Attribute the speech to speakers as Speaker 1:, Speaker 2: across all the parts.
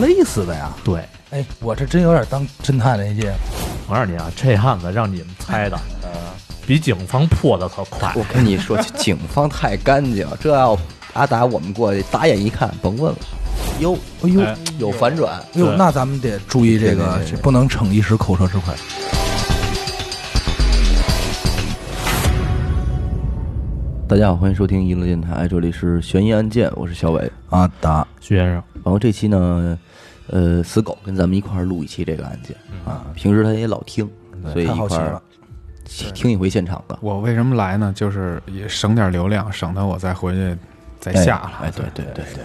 Speaker 1: 累死的呀！
Speaker 2: 对，
Speaker 1: 哎，我这真有点当侦探那劲。
Speaker 2: 我告诉你啊，这案子让你们猜的，比警方破的可快。
Speaker 3: 我跟你说，警方太干净，这要阿达我们过去打眼一看，甭问了，
Speaker 1: 哟，哎呦，
Speaker 2: 哎
Speaker 1: 哎
Speaker 3: 有反转。
Speaker 1: 呦，
Speaker 2: 对
Speaker 1: 那咱们得注意这
Speaker 3: 对
Speaker 1: 个
Speaker 3: 对对，对
Speaker 1: 这不能逞一时口舌之快。
Speaker 3: 大家好，欢迎收听娱乐电台，这里是悬疑案件，我是小伟。
Speaker 1: 阿达，
Speaker 2: 徐先生，
Speaker 3: 然后这期呢，呃，死狗跟咱们一块儿录一期这个案件啊，平时他也老听，所以
Speaker 1: 嗯太
Speaker 3: 一
Speaker 1: 好奇
Speaker 3: 块儿
Speaker 1: 了。
Speaker 3: 听一回现场的。
Speaker 4: 我为什么来呢？就是也省点流量，省得我再回去再下了。
Speaker 3: 哎，对对对对。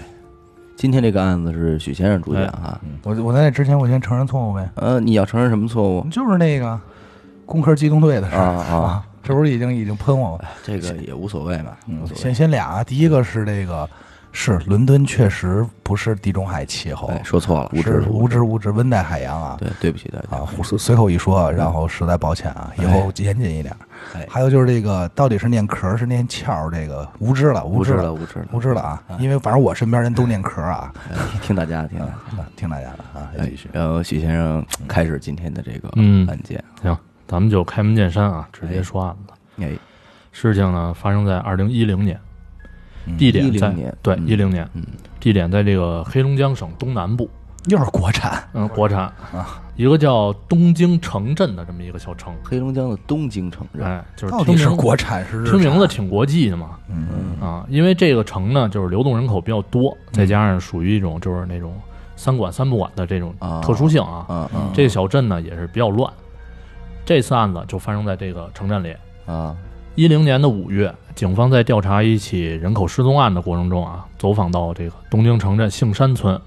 Speaker 3: 今天这个案子是许先生主讲啊，
Speaker 1: 我我在那之前，我先承认错误呗，
Speaker 3: 呃，你要承认什么错误
Speaker 1: 就是那个工科机动队的事
Speaker 3: 啊哎
Speaker 1: 儿
Speaker 3: 啊？，
Speaker 1: 这不是已经已经喷我吗？
Speaker 3: 这个也无所谓嘛，无所谓。
Speaker 1: 先先俩，第一个是这个，是伦敦确实不是地中海气候
Speaker 3: 哎，，说错了，无知
Speaker 1: 是
Speaker 3: 的
Speaker 1: 无。知无知温带海洋啊。
Speaker 3: 对，对不起大家。
Speaker 1: 啊，胡随随口一说，然后实在抱歉啊，以后严谨一点。
Speaker 3: 哎
Speaker 1: 还有就是这个，到底是念壳儿是念壳儿？这个无知了，
Speaker 3: 无
Speaker 1: 无知
Speaker 3: 了，
Speaker 1: 了，
Speaker 3: 无知了，
Speaker 1: 无知了啊！因为反正我身边人都念壳儿啊，
Speaker 3: 哎！ 听大家，听大家。
Speaker 1: 啊听大家的啊，
Speaker 3: 哎，然后许先生开始今天的这个
Speaker 2: 嗯
Speaker 3: 案件。啊
Speaker 2: 行，咱们就开门见山啊，直接说案子。
Speaker 3: 哎，
Speaker 2: 事情呢发生在二零一零年，地点在
Speaker 3: 10年
Speaker 2: 对
Speaker 3: 嗯
Speaker 2: 一零年
Speaker 3: 嗯，
Speaker 2: 地点在这个黑龙江省东南部，
Speaker 1: 又是国产，
Speaker 2: 嗯，国产一个叫东京城镇的这么一个小城，
Speaker 3: 黑龙江的东京城镇，
Speaker 2: 哎，就是
Speaker 1: 到
Speaker 2: 听
Speaker 1: 底是
Speaker 2: 名
Speaker 1: 国产是日
Speaker 2: 听名字
Speaker 1: 产
Speaker 2: 挺国际的嘛，
Speaker 1: 嗯，
Speaker 2: 啊，因为这个城呢，就是流动人口比较多，
Speaker 3: 嗯
Speaker 2: 再加上属于一种就是那种三管三不管的这种
Speaker 3: 啊
Speaker 2: 特殊性啊，
Speaker 3: 啊啊
Speaker 2: 这个小镇呢也是比较乱。这次案子就发生在这个城镇里。
Speaker 3: 啊！
Speaker 2: 一零年的五月，警方在调查一起人口失踪案的过程中啊，走访到这个东京城镇杏山村，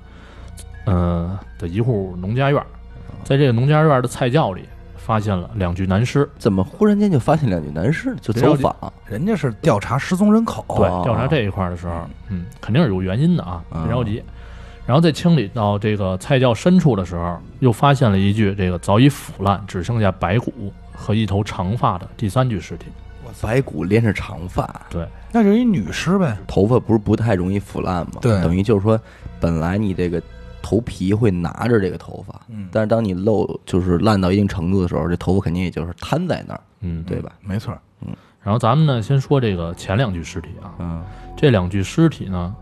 Speaker 2: 呃的一户农家院儿，
Speaker 3: 啊
Speaker 2: 在这个农家院儿的菜窖里发现了两具男尸。
Speaker 3: 怎么忽然间就发现两具男尸呢？就走访
Speaker 1: 人家是调查失踪人口，
Speaker 2: 对
Speaker 3: 哦，
Speaker 2: 调查这一块儿的时候，嗯，肯定是有原因的啊，别着急。然后在清理到这个菜窖深处的时候，又发现了一具这个早已腐烂、只剩下白骨和一头长发的第三具尸体。
Speaker 3: 白骨连着长发，
Speaker 2: 对，
Speaker 1: 那就是一女尸呗，
Speaker 3: 头发不是不太容易腐烂吗？
Speaker 1: 对
Speaker 3: 等于就是说，本来你这个头皮会拿着这个头发，
Speaker 1: 嗯
Speaker 3: 但是当你露就是烂到一定程度的时候，这头发肯定也就是摊在那儿，
Speaker 2: 嗯，
Speaker 3: 对吧？
Speaker 1: 没错儿，
Speaker 2: 然后咱们呢，先说这个前两具尸体啊，
Speaker 3: 嗯
Speaker 2: 这两具尸体呢，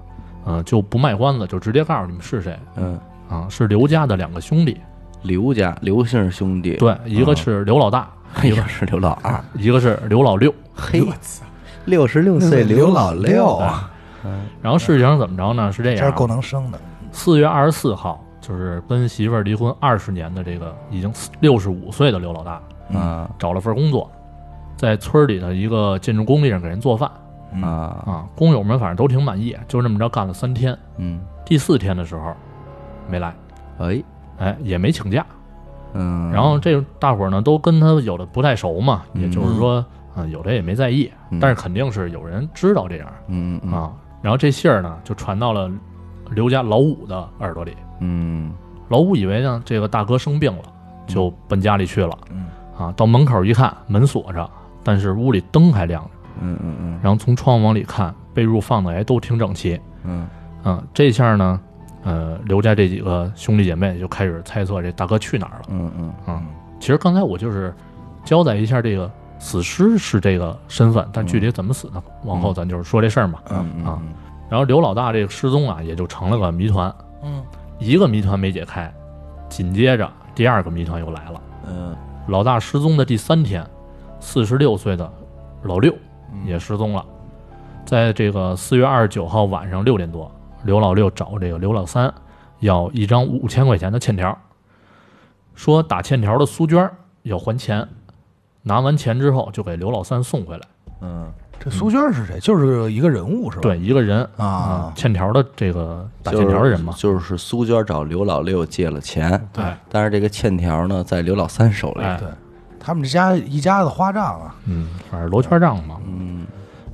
Speaker 2: 呃，就不卖关子，就直接告诉你们是谁
Speaker 3: 嗯，
Speaker 2: 啊，是刘家的两个兄弟，
Speaker 3: 刘家刘姓兄弟，
Speaker 2: 对，一个是刘老大，
Speaker 3: 一个是刘老二，
Speaker 2: 一个是刘老六。
Speaker 3: 嘿，六十六 岁
Speaker 1: 刘老
Speaker 3: 老
Speaker 1: 六，
Speaker 2: 然后事情是怎么着呢？是这
Speaker 1: 这
Speaker 2: 样
Speaker 1: 是
Speaker 2: 啊，
Speaker 1: 够能生的，
Speaker 2: 四月二十四号，就是跟媳妇儿离婚二十年的这个已经六十五岁的刘老大，
Speaker 3: 啊
Speaker 2: 找了份工作，在村里的一个建筑工地上给人做饭
Speaker 3: 啊，
Speaker 2: 啊。工友们反正都挺满意，就这么着干了三天。
Speaker 3: 嗯，
Speaker 2: 第四天的时候没来，
Speaker 3: 哎，
Speaker 2: 哎，也没请假。
Speaker 3: 嗯，
Speaker 2: 然后这大伙儿呢都跟他有的不太熟嘛，
Speaker 3: 嗯
Speaker 2: 也就是说，啊、有的也没在意，
Speaker 3: 嗯
Speaker 2: 但是肯定是有人知道这样
Speaker 3: 嗯嗯
Speaker 2: 啊。然后这信儿呢就传到了刘家老五的耳朵里。
Speaker 3: 嗯
Speaker 2: 老五以为呢这个大哥生病了，就奔家里去了。
Speaker 1: 嗯，
Speaker 2: 啊，到门口一看，门锁着，但是屋里灯还亮着。
Speaker 3: 嗯嗯
Speaker 2: 然后从窗户往里看，被褥放的哎都挺整齐。
Speaker 3: 嗯
Speaker 2: 啊，这下呢，呃，刘家这几个兄弟姐妹就开始猜测这大哥去哪儿了。
Speaker 3: 嗯嗯
Speaker 2: 其实刚才我就是交代一下这个死尸是这个身份，但具体怎么死的，往后咱就是说这事儿嘛。
Speaker 3: 嗯
Speaker 2: 啊，然后刘老大这个失踪啊，也就成了个谜团。
Speaker 1: 嗯，
Speaker 2: 一个谜团没解开，紧接着第二个谜团又来了。
Speaker 3: 嗯
Speaker 2: 老大失踪的第三天，四十六岁的老六
Speaker 1: 嗯
Speaker 2: 也失踪了。在这个四月二十九号晚上六点多，刘老六找这个刘老三要一张五千块钱的欠条，说打欠条的苏娟儿要还钱，拿完钱之后就给刘老三送回来。
Speaker 3: 嗯，
Speaker 1: 这苏娟是谁？就是一个人物是吧？
Speaker 2: 对，一个人
Speaker 1: 啊
Speaker 2: 欠条的这个打欠条的人嘛，
Speaker 3: 就是苏娟找刘老六借了钱，
Speaker 2: 对，
Speaker 3: 但是这个欠条呢在刘老三手里，
Speaker 2: 哎，
Speaker 1: 他们这家一家子花账啊，
Speaker 2: 嗯，反正罗圈账嘛。
Speaker 3: 嗯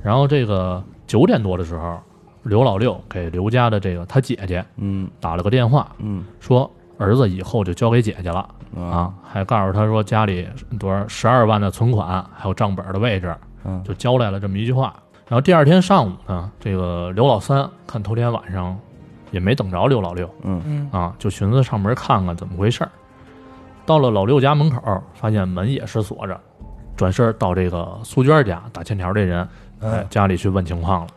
Speaker 2: 然后这个九点多的时候，刘老六给刘家的这个他姐姐
Speaker 3: 嗯
Speaker 2: 打了个电话，
Speaker 3: 嗯
Speaker 2: 说儿子以后就交给姐姐了啊，还告诉他说家里多少十二万的存款，还有账本的位置，
Speaker 3: 嗯
Speaker 2: 就交代了这么一句话。然后第二天上午呢，这个刘老三看头天晚上也没等着刘老六
Speaker 3: 嗯
Speaker 1: 嗯
Speaker 2: 啊，就寻思上门看看怎么回事儿。到了老六家门口，发现门也是锁着，转身到这个苏娟家打欠条这人，哎
Speaker 1: 嗯，
Speaker 2: 家里去问情况了。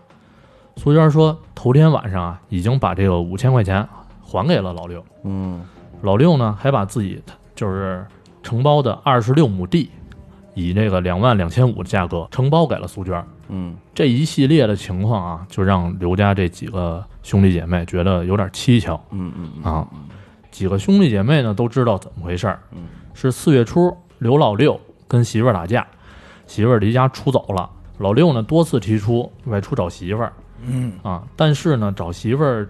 Speaker 2: 苏娟说，头天晚上啊，已经把这个五千块钱还给了老六，
Speaker 3: 嗯
Speaker 2: 老六呢还把自己就是承包的二十六亩地，以那个两万两千五的价格承包给了苏娟。
Speaker 3: 嗯
Speaker 2: 这一系列的情况啊，就让刘家这几个兄弟姐妹觉得有点蹊跷。
Speaker 3: 嗯嗯
Speaker 2: 啊，几个兄弟姐妹呢都知道怎么回事儿
Speaker 3: 嗯，
Speaker 2: 是四月初刘老六跟媳妇儿打架，媳妇儿离家出走了。老六呢多次提出外出找媳妇儿
Speaker 1: 嗯，
Speaker 2: 啊，但是呢找媳妇儿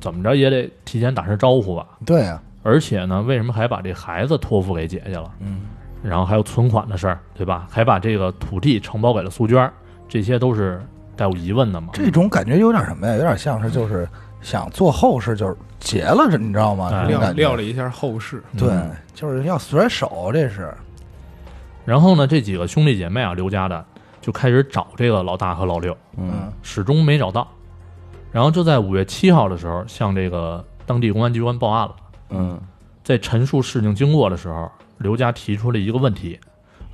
Speaker 2: 怎么着也得提前打声招呼吧。
Speaker 1: 对啊，
Speaker 2: 而且呢，为什么还把这孩子托付给姐姐了？
Speaker 1: 嗯，
Speaker 2: 然后还有存款的事儿，对吧？还把这个土地承包给了苏娟儿，这些都是带有疑问的嘛。
Speaker 1: 这种感觉有点什么呀？有点像是就是想做后事，就是结了这，你知道吗？
Speaker 2: 哎嗯
Speaker 1: 这种
Speaker 4: 料
Speaker 1: 感觉
Speaker 4: 料理一下后事。
Speaker 1: 对，就是要甩手，这是
Speaker 2: 然后呢，这几个兄弟姐妹啊，刘家的就开始找这个老大和老六，
Speaker 3: 嗯
Speaker 1: 嗯
Speaker 2: 始终没找到。然后就在五月七号的时候，向这个当地公安机关报案了。
Speaker 3: 嗯
Speaker 2: 在陈述事情经过的时候，刘家提出了一个问题，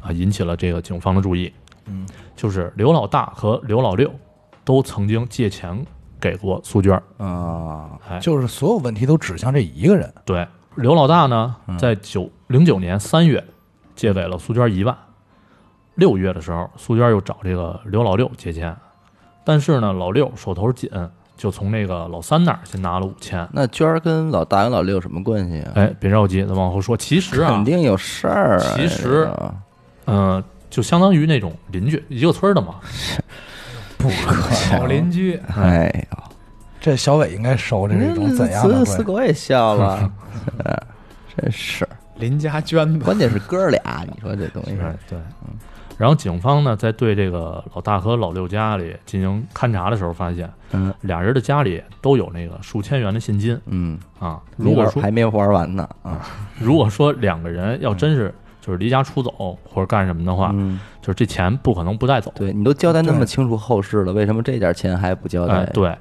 Speaker 2: 啊，引起了这个警方的注意。
Speaker 1: 嗯，
Speaker 2: 就是刘老大和刘老六都曾经借钱给过苏娟儿。
Speaker 3: 啊，
Speaker 2: 哎，
Speaker 1: 嗯就是所有问题都指向这一个人。
Speaker 2: 对，刘老大呢，
Speaker 3: 嗯
Speaker 2: 在九零九年三月借给了苏娟一万，六月的时候，苏娟又找这个刘老六借钱，但是呢，老六手头紧，就从那个老三那儿先拿了五千。
Speaker 3: 那娟儿跟老大跟老六有什么关系啊？
Speaker 2: 哎，别着急，咱往后说。其实啊
Speaker 3: 肯，定有事儿啊。
Speaker 2: 其实
Speaker 3: 这个
Speaker 2: 嗯、就相当于那种邻居，一个村儿的嘛。
Speaker 1: 不可
Speaker 4: 好
Speaker 1: 能，
Speaker 4: 邻居，
Speaker 3: 哎呀，
Speaker 1: 这小伟应该收哎这是一种怎样
Speaker 2: 嗯
Speaker 3: 那
Speaker 1: 的
Speaker 3: 死死
Speaker 1: 会？
Speaker 3: 狗也笑了，哎真是。
Speaker 4: 邻家娟 子，
Speaker 3: 关键是哥俩，你说这东西，
Speaker 2: 哎，对。然后警方呢，在对这个老大和老六家里进行勘查的时候，发现
Speaker 3: 嗯
Speaker 2: 俩人的家里都有那个数千元的现金
Speaker 3: 嗯，
Speaker 2: 啊。如果
Speaker 3: 没玩
Speaker 2: 说
Speaker 3: 还没玩完呢啊，
Speaker 2: 如果说两个人要真是就是离家出走或者干什么的话，
Speaker 3: 嗯，
Speaker 2: 就是这钱不可能不带走。
Speaker 3: 对你都交代那么
Speaker 1: 对
Speaker 3: 清楚后事了，为什么这点钱还不交
Speaker 2: 哎
Speaker 3: 代？，
Speaker 2: 对，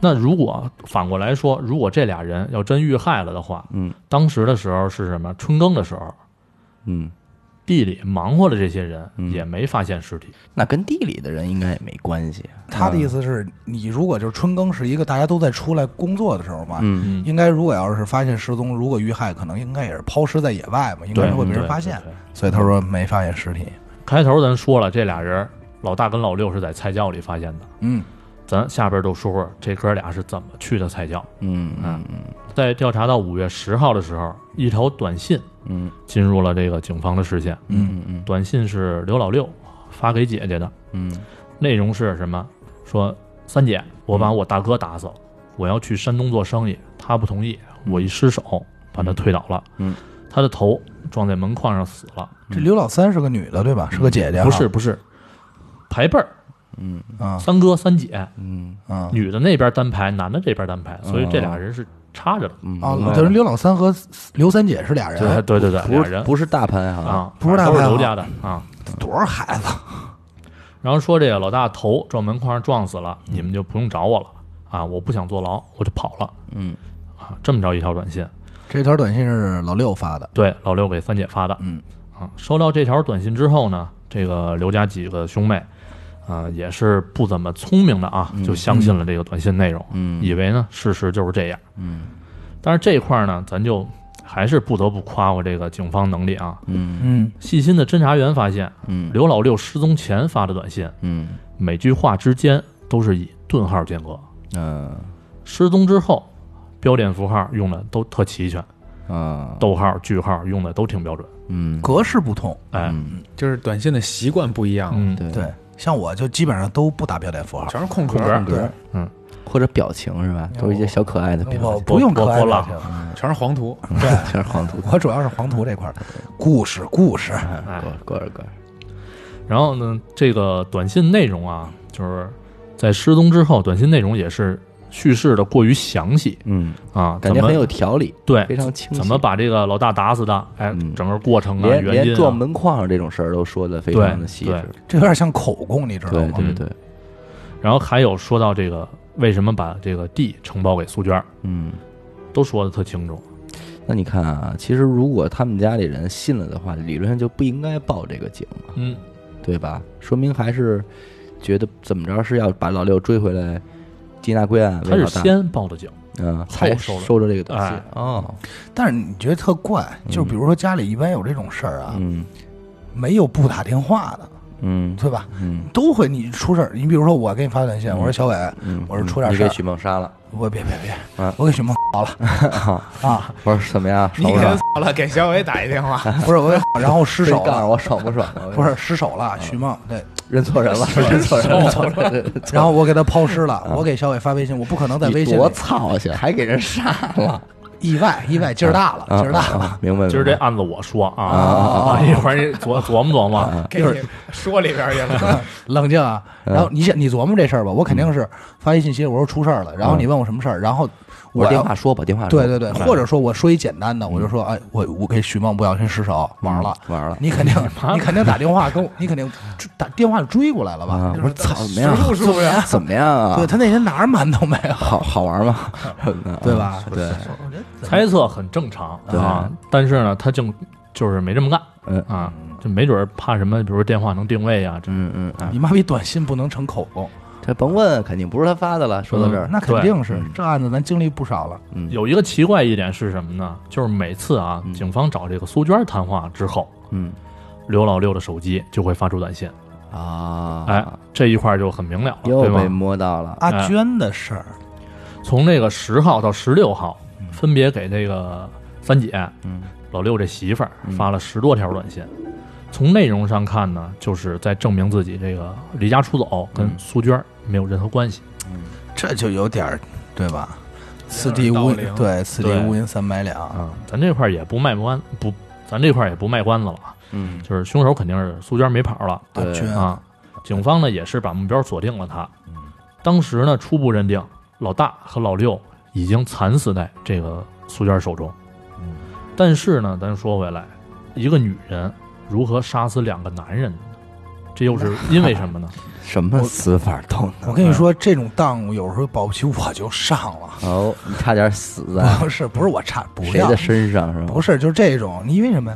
Speaker 2: 那如果反过来说，如果这俩人要真遇害了的话，
Speaker 3: 嗯
Speaker 2: 当时的时候是什么？春耕的时候，
Speaker 3: 嗯，
Speaker 2: 地里忙活的这些人
Speaker 3: 嗯
Speaker 2: 也没发现尸体。
Speaker 3: 那跟地里的人应该也没关系，
Speaker 1: 他的意思是你如果就是春耕是一个大家都在出来工作的时候嘛，
Speaker 3: 嗯
Speaker 1: 应该如果要是发现失踪，如果遇害，可能应该也是抛尸在野外嘛，应该
Speaker 2: 对，
Speaker 1: 是会被人
Speaker 2: 对
Speaker 1: 发现。。
Speaker 2: 对对
Speaker 1: 所以他说没发现尸体。
Speaker 2: 开头咱说了，这俩人老大跟老六是在菜窖里发现的。
Speaker 1: 嗯，
Speaker 2: 咱下边就说说这哥俩是怎么去的菜窖。
Speaker 3: 嗯嗯
Speaker 2: 在调查到五月十号的时候，一条短信
Speaker 3: 嗯
Speaker 2: 进入了这个警方的视线。
Speaker 3: 嗯嗯
Speaker 2: 短信是刘老六发给姐姐的，
Speaker 3: 嗯
Speaker 2: 内容是什么？说三姐，我把我大哥打死了，
Speaker 3: 嗯
Speaker 2: 我要去山东做生意，他不同意，我一失手把他推倒了，
Speaker 3: 嗯，
Speaker 2: 他的头撞在门框上死了，
Speaker 1: 这刘老三是个女的对吧？是个姐姐啊，
Speaker 2: 不是不是，排辈儿，
Speaker 1: 啊
Speaker 2: 三哥三姐，
Speaker 3: 嗯
Speaker 1: 啊
Speaker 2: 女的那边单排，男的这边单排，所以这
Speaker 3: 啊
Speaker 2: 俩人是插着的，
Speaker 3: 嗯
Speaker 1: 啊！
Speaker 3: 明白
Speaker 1: 等于刘老三和刘三姐是俩
Speaker 2: 哎
Speaker 1: 人，
Speaker 2: 对对对，
Speaker 3: 不
Speaker 2: 俩
Speaker 3: 是
Speaker 2: 人
Speaker 3: 不是大潘哈，
Speaker 2: 啊，
Speaker 1: 不是大
Speaker 2: 都是
Speaker 1: 排
Speaker 2: 刘
Speaker 1: 行
Speaker 2: 家的啊。
Speaker 1: 多少孩子？
Speaker 2: 然后说这个老大头撞门框上撞死了，
Speaker 3: 嗯
Speaker 2: 你们就不用找我了啊！我不想坐牢，我就跑了
Speaker 3: 嗯
Speaker 2: 啊！这么着一条短信，
Speaker 1: 这条短信是老六发的，
Speaker 2: 对老六给三姐发的，
Speaker 1: 嗯
Speaker 2: 啊，收到这条短信之后呢，这个刘家几个兄妹啊、也是不怎么聪明的啊，就相信了这个短信内容，
Speaker 3: 嗯
Speaker 2: 以为呢事实就是这样。
Speaker 3: 嗯
Speaker 2: 但是这块儿呢，咱就还是不得不夸夸这个警方能力啊！
Speaker 3: 嗯
Speaker 1: 嗯，
Speaker 2: 细心的侦查员发现，
Speaker 3: 嗯
Speaker 2: 刘老六失踪前发的短信，
Speaker 3: 嗯
Speaker 2: 每句话之间都是以顿号间隔。
Speaker 3: 嗯
Speaker 2: 失踪之后，标点符号用的都特齐全，
Speaker 3: 啊
Speaker 2: 逗号、句号用的都挺标准。
Speaker 3: 嗯
Speaker 1: 格式不同。
Speaker 2: 哎，
Speaker 3: 嗯
Speaker 4: 就是短信的习惯不一样，
Speaker 2: 嗯，
Speaker 3: 对
Speaker 1: 对，像我就基本上都不打标点符号，
Speaker 4: 全是空格
Speaker 2: 空，格，
Speaker 1: 对，
Speaker 3: 或者表情是吧？都是一些小可爱的表
Speaker 1: 我
Speaker 3: 情，
Speaker 1: 不用可爱表
Speaker 2: 波浪
Speaker 1: 情，
Speaker 4: 全是黄图。
Speaker 1: 对
Speaker 3: 全是黄图，
Speaker 1: 我主要是黄图这块儿，故事故事，
Speaker 2: 哎
Speaker 3: 过过着过着，
Speaker 2: 然后呢，这个短信内容啊，就是在失踪之后，短信内容也是叙事的过于详细
Speaker 3: 嗯，
Speaker 2: 啊，
Speaker 3: 感
Speaker 2: 怎
Speaker 3: 觉
Speaker 2: 么
Speaker 3: 很有条理，
Speaker 2: 对
Speaker 3: 非，常清晰。
Speaker 2: 怎么把这个老大打死的？哎
Speaker 3: 嗯，
Speaker 2: 整个过程啊，
Speaker 3: 连
Speaker 2: 原因
Speaker 3: 连撞
Speaker 2: 啊，
Speaker 3: 门框上这种事儿都说的非
Speaker 2: 对
Speaker 3: 常的细
Speaker 2: 对
Speaker 3: 致，
Speaker 1: 这有点像口供，你知道
Speaker 3: 对
Speaker 1: 吗？
Speaker 3: 对
Speaker 2: 嗯
Speaker 3: 对，
Speaker 2: 然后还有说到这个为什么把这个地承包给苏娟儿，
Speaker 3: 嗯，
Speaker 2: 都说的特清楚。
Speaker 3: 那你看啊，其实如果他们家里人信了的话，理论上就不应该报这个警嘛，
Speaker 2: 嗯，
Speaker 3: 对吧？说明还是觉得怎么着是要把老六追回来，缉拿归案。
Speaker 2: 他
Speaker 3: 为
Speaker 2: 是
Speaker 3: 老大
Speaker 2: 先报的警，
Speaker 3: 嗯，
Speaker 2: 后
Speaker 3: 才
Speaker 2: 收的
Speaker 3: 收着这个东西
Speaker 2: 哎
Speaker 3: 哦，
Speaker 1: 但是你觉得特怪，就是比如说家里一般有这种事儿啊，
Speaker 3: 嗯
Speaker 1: 没有不打电话的，
Speaker 3: 嗯
Speaker 1: 对吧？
Speaker 3: 嗯
Speaker 1: 都会你出事儿，你比如说我给你发短信，我说小伟，
Speaker 3: 嗯，
Speaker 1: 我是出点
Speaker 3: 你
Speaker 1: 事儿
Speaker 3: 给许梦杀了，
Speaker 1: 我别别别
Speaker 3: 嗯，
Speaker 1: 我给许梦 好了啊，
Speaker 3: 我说怎么样？
Speaker 1: 你
Speaker 3: 爽不
Speaker 1: 给
Speaker 3: 爽？
Speaker 4: 好了，给小伟打一电话。
Speaker 1: 不是我给，然后失
Speaker 3: 谁
Speaker 1: 手
Speaker 3: 告诉
Speaker 1: 了，
Speaker 3: 我爽不爽？
Speaker 1: 不是失手了，许梦对，
Speaker 3: 认错人了，认错人了，认错人
Speaker 1: 然后我给他抛尸了，我给小伟发微信，我不可能在微
Speaker 3: 嗯你
Speaker 1: 信
Speaker 3: 多
Speaker 1: 里
Speaker 3: 操心，还给人杀了，
Speaker 1: 意外意外劲儿大了，劲儿大
Speaker 3: 啊
Speaker 1: 了，
Speaker 3: 啊明白？
Speaker 2: 今儿这
Speaker 3: 明白
Speaker 2: 案子我说
Speaker 3: 啊啊
Speaker 2: 啊，一会儿你琢 琢磨琢磨，
Speaker 4: 给你说里边去
Speaker 3: 嗯
Speaker 4: 了。
Speaker 1: 冷静啊。然后你想你琢磨这事儿吧，我肯定是发一信息，我说出事儿了，然后你问我什么事儿，然后
Speaker 3: 嗯我
Speaker 1: 我
Speaker 3: 电话嗯说吧，电话说
Speaker 1: 对
Speaker 3: 吧
Speaker 1: 对对，或者说我说一简单的，我就说，哎，我我给许梦不小心失手，玩了。
Speaker 3: 嗯玩了
Speaker 1: 你肯定，你肯定打电话跟我，你肯定追打电话追过来了吧
Speaker 3: 啊！？我说操，怎么样？
Speaker 4: 实录是不是？
Speaker 3: 怎么样
Speaker 1: 对
Speaker 3: 啊？
Speaker 1: 他那天哪儿馒头没 有，
Speaker 3: 好好 玩吗？嗯
Speaker 1: 对吧？
Speaker 3: 对，
Speaker 2: 猜测很正常啊。但是呢，他竟就是没这么干，
Speaker 3: 嗯
Speaker 2: 啊，就没准儿怕什么，比如说电话能定位啊，这
Speaker 3: 嗯嗯啊，
Speaker 1: 你妈逼短信不能成口供，
Speaker 3: 这甭问，肯定不是他发的了。说到这儿，
Speaker 1: 那肯定是这案子咱经历不少了。
Speaker 3: 嗯
Speaker 2: 有一个奇怪一点是什么呢？就是每次啊
Speaker 3: 嗯，
Speaker 2: 警方找这个苏娟谈话之后，
Speaker 3: 嗯
Speaker 2: 刘老六的手机就会发出短信，
Speaker 3: 啊，
Speaker 2: 哎，这一块儿就很明了了，
Speaker 3: 又
Speaker 2: 对
Speaker 3: 被
Speaker 2: 吧？
Speaker 3: 摸到了。
Speaker 1: 阿娟的事儿，
Speaker 2: 从这个十号到十六号，分别给这个三姐、
Speaker 3: 嗯
Speaker 2: 老六这媳妇儿发了十多条短信。从内容上看呢，就是在证明自己这个离家出走跟
Speaker 3: 嗯
Speaker 2: 苏娟儿没有任何关系。
Speaker 1: 这就有点儿对吧？此
Speaker 4: 有点
Speaker 1: 地
Speaker 4: 儿道
Speaker 1: 无
Speaker 4: 理啊
Speaker 1: 对，此地
Speaker 2: 对
Speaker 1: 无银三百两。
Speaker 3: 啊
Speaker 2: 咱这块儿也不卖关不，咱这块儿也不卖关子了啊，
Speaker 3: 嗯，
Speaker 2: 就是凶手肯定是苏娟儿没跑了。
Speaker 1: 阿
Speaker 3: 对
Speaker 1: 娟，
Speaker 2: 啊，警方呢也是把目标锁定了他。
Speaker 3: 嗯
Speaker 2: 当时呢，初步认定老大和老六已经惨死在这个苏娟手中。
Speaker 3: 嗯
Speaker 2: 但是呢，咱说回来，一个女人如何杀死两个男人呢？这又 是因为什么呢？
Speaker 3: 什么死法都能
Speaker 1: 我跟你说，这种当务有时候保不齐我就上了。
Speaker 3: 哦，你差点死在
Speaker 1: 不是，不是我差，不
Speaker 3: 谁
Speaker 1: 要
Speaker 3: 的，啊身上是吧？
Speaker 1: 不是，就是这种。你因为什么？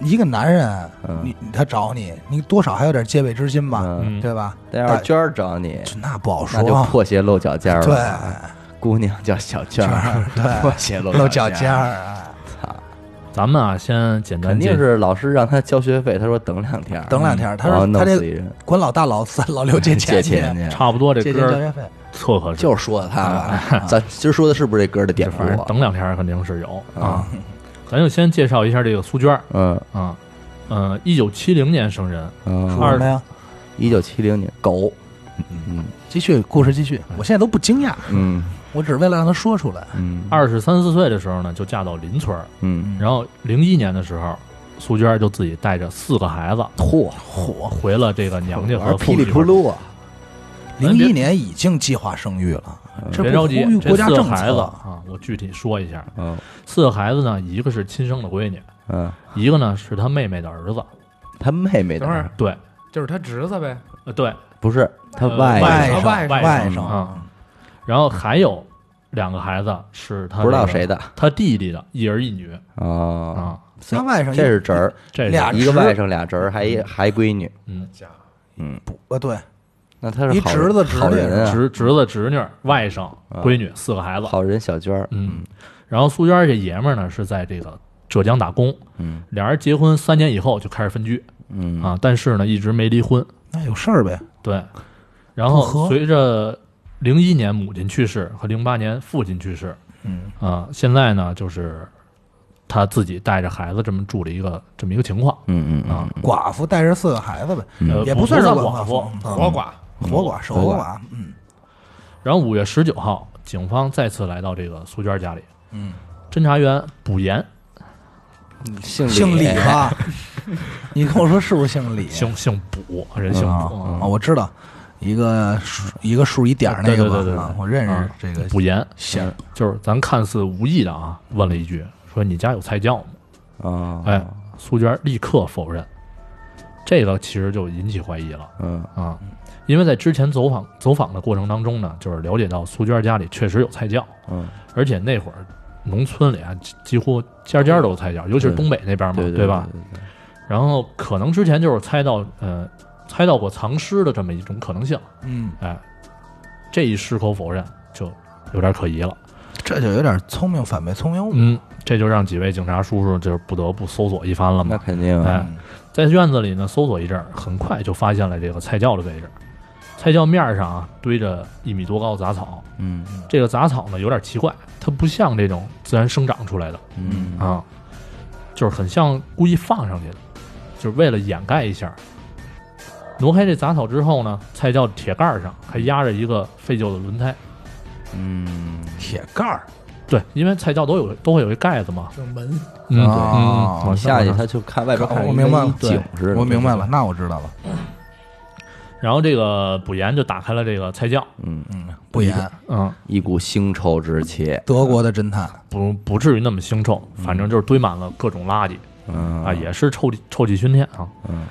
Speaker 1: 一个男人，啊
Speaker 3: 嗯
Speaker 1: 你他找你，你多少还有点戒备之心吧，
Speaker 3: 嗯，
Speaker 2: 嗯，
Speaker 1: 对吧？
Speaker 3: 但要是娟儿找你，
Speaker 1: 这那不好
Speaker 3: 那就
Speaker 1: 说，啊
Speaker 3: 破鞋露脚尖儿
Speaker 1: 对，
Speaker 3: 了。姑娘叫小
Speaker 1: 圈
Speaker 3: 娟儿，
Speaker 1: 儿 对
Speaker 3: 破，鞋露
Speaker 1: 露
Speaker 3: 脚
Speaker 1: 脚尖
Speaker 3: 尖儿。
Speaker 1: 儿，哎
Speaker 2: 咱们啊先简单
Speaker 3: 肯
Speaker 2: 介
Speaker 3: 定是老师让他交学费，他说等两天儿，
Speaker 1: 等两天儿他
Speaker 3: 然
Speaker 1: 说
Speaker 3: 后弄
Speaker 1: 他这
Speaker 3: 死一人
Speaker 1: 管老大、老三、老六借
Speaker 3: 借
Speaker 1: 钱去，
Speaker 3: 钱去，
Speaker 2: 差不多这
Speaker 1: 借钱
Speaker 2: 歌
Speaker 1: 交
Speaker 2: 儿
Speaker 1: 学费。啊
Speaker 2: 凑合着，
Speaker 3: 就是说他吧。咱今儿说的是不是这歌的典故
Speaker 2: 反正
Speaker 3: 啊？
Speaker 2: 等两天肯定是有
Speaker 3: 啊
Speaker 2: 啊。咱就先介绍一下这个苏娟儿
Speaker 3: 嗯
Speaker 2: 啊，呃，一九七零年生人，
Speaker 1: 说
Speaker 3: 嗯，
Speaker 1: 什么呀？
Speaker 3: 一九七零年，狗，嗯
Speaker 1: 继续，故事继续。我现在都不惊讶，
Speaker 3: 嗯
Speaker 1: 我只是为了让他说出来。
Speaker 3: 嗯
Speaker 2: 二十三四岁的时候呢，就嫁到邻村儿，
Speaker 3: 嗯，
Speaker 2: 然后零一年的时候，苏娟就自己带着四个孩子
Speaker 3: 嚯，
Speaker 2: 回了这个娘家
Speaker 3: 玩
Speaker 2: 和父
Speaker 3: 噼
Speaker 2: 母
Speaker 3: 里
Speaker 2: 这
Speaker 3: 扑
Speaker 2: 块儿。
Speaker 3: 噜啊！
Speaker 1: 零一年已经计划生育了，这
Speaker 2: 别
Speaker 1: 不
Speaker 2: 着
Speaker 1: 呼
Speaker 2: 急
Speaker 1: 吁，
Speaker 2: 这
Speaker 1: 国家
Speaker 2: 四个
Speaker 1: 政
Speaker 2: 孩子
Speaker 1: 策。
Speaker 2: 啊，我具体说一下。
Speaker 3: 嗯
Speaker 2: 四个孩子呢，一个是亲生的闺女，
Speaker 3: 嗯，
Speaker 2: 一个呢是他妹妹的儿子。
Speaker 3: 他妹妹
Speaker 4: 等会
Speaker 3: 的
Speaker 4: 儿
Speaker 2: 对，
Speaker 4: 就是他侄子呗，
Speaker 2: 呃对，
Speaker 3: 不是他
Speaker 2: 呃
Speaker 3: 外
Speaker 1: 外
Speaker 3: 甥嗯
Speaker 1: 甥
Speaker 4: 外
Speaker 2: 外
Speaker 1: 外
Speaker 2: 甥
Speaker 1: 甥
Speaker 2: 啊。然后还有两个孩子是他
Speaker 3: 不知道
Speaker 2: 这个
Speaker 3: 谁的
Speaker 2: 他弟弟的一儿一女
Speaker 3: 啊，
Speaker 2: 啊，
Speaker 1: 他外甥
Speaker 3: 这是侄儿，
Speaker 2: 这是
Speaker 1: 俩
Speaker 3: 一个
Speaker 1: 侄
Speaker 3: 外甥俩侄儿，还一还一闺女，
Speaker 2: 嗯
Speaker 3: 嗯，
Speaker 1: 不呃对，
Speaker 3: 那他是
Speaker 1: 一
Speaker 3: 好
Speaker 1: 侄子侄
Speaker 3: 好
Speaker 1: 女
Speaker 3: 人啊，
Speaker 2: 侄侄子侄女外甥闺女四个孩子。
Speaker 3: 好人小娟儿，
Speaker 2: 嗯，然后苏娟儿这爷们儿呢是在这个浙江打工，
Speaker 3: 嗯，
Speaker 2: 俩人结婚三年以后就开始分居
Speaker 3: 嗯
Speaker 2: 啊，但是呢一直没离婚，
Speaker 1: 那有事儿呗。
Speaker 2: 对。然
Speaker 1: 不和
Speaker 2: 后随着零一年母亲去世和零八年父亲去世，
Speaker 1: 嗯
Speaker 2: 啊，现在呢就是他自己带着孩子这么住的一个这么一个情况
Speaker 3: 嗯嗯嗯
Speaker 2: 啊，
Speaker 1: 寡妇带着四个孩子呗，
Speaker 2: 呃
Speaker 1: 也
Speaker 2: 不
Speaker 1: 算是
Speaker 2: 算
Speaker 1: 寡
Speaker 2: 妇。
Speaker 1: 嗯
Speaker 4: 活寡。
Speaker 1: 活寡，守
Speaker 3: 活寡
Speaker 1: 寡，嗯
Speaker 2: 然后五月十九号，警方再次来到这个苏娟儿家里，
Speaker 1: 嗯，
Speaker 2: 侦查员卜岩
Speaker 3: 嗯，姓
Speaker 1: 姓李 吧？你跟我说是不是姓李？
Speaker 2: 姓姓卜，人姓
Speaker 1: 啊
Speaker 2: 卜，
Speaker 1: 啊，我知道，一个数一个数一点儿那
Speaker 2: 对对
Speaker 1: 个
Speaker 2: 对对
Speaker 1: 吧，
Speaker 2: 对
Speaker 1: 啊，我认识
Speaker 2: 啊
Speaker 1: 这个
Speaker 2: 卜岩
Speaker 1: 姓儿，
Speaker 2: 就是咱看似无意的啊，问了一句，说你家有菜窖吗？哎
Speaker 3: 啊，
Speaker 2: 哎，苏娟立刻否认。这个其实就引起怀疑了
Speaker 3: 嗯
Speaker 2: 啊，因为在之前走访走访的过程当中呢，就是了解到苏娟家里确实有菜窖，
Speaker 3: 嗯，
Speaker 2: 而且那会儿农村里啊几几乎家家都有菜窖，尤其是
Speaker 3: 对
Speaker 2: 东北那边嘛，
Speaker 3: 嗯对
Speaker 2: 吧？？然后可能之前就是猜到呃猜到过藏尸的这么一种可能性，
Speaker 1: 嗯，
Speaker 2: 这一矢口否认就有点可疑了。
Speaker 1: 这就有点聪明反被聪明误。
Speaker 2: 嗯，这就让几位警察叔叔就是不得不搜索一番了
Speaker 3: 那
Speaker 2: 嘛。
Speaker 3: 肯定
Speaker 1: 嗯
Speaker 3: 啊，
Speaker 2: 哎，在院子里呢搜索一阵儿，很快就发现了这个菜窖的位置。菜窖面儿上啊堆着一米多高的杂草，
Speaker 3: 嗯
Speaker 2: 这个杂草呢有点奇怪，它不像这种自然生长出来的
Speaker 3: 嗯
Speaker 2: 啊，就是很像故意放上去的，就是为了掩盖一下。挪开这杂草之后呢，菜窖铁盖儿上还压着一个废旧的轮胎。
Speaker 3: 嗯，
Speaker 1: 铁盖儿，
Speaker 2: 对，因为菜窖都有都会有一盖子嘛。
Speaker 5: 就是门
Speaker 2: 嗯，
Speaker 1: 啊
Speaker 2: 嗯往
Speaker 3: 下去
Speaker 2: 哎看
Speaker 3: 他就看外边看着
Speaker 1: 我明白了
Speaker 3: 跟一景似的，
Speaker 1: 我明白了，，那我知道了。
Speaker 2: 然后这个卜言就打开了这个菜窖，
Speaker 3: 嗯，
Speaker 1: 嗯，不严，
Speaker 2: 嗯，
Speaker 3: 一股腥臭之气，
Speaker 1: 德国的侦探，
Speaker 2: 不不至于那么腥臭，反正就是堆满了各种垃圾
Speaker 3: 嗯
Speaker 2: 啊，也是臭气臭气熏天啊。
Speaker 3: 嗯，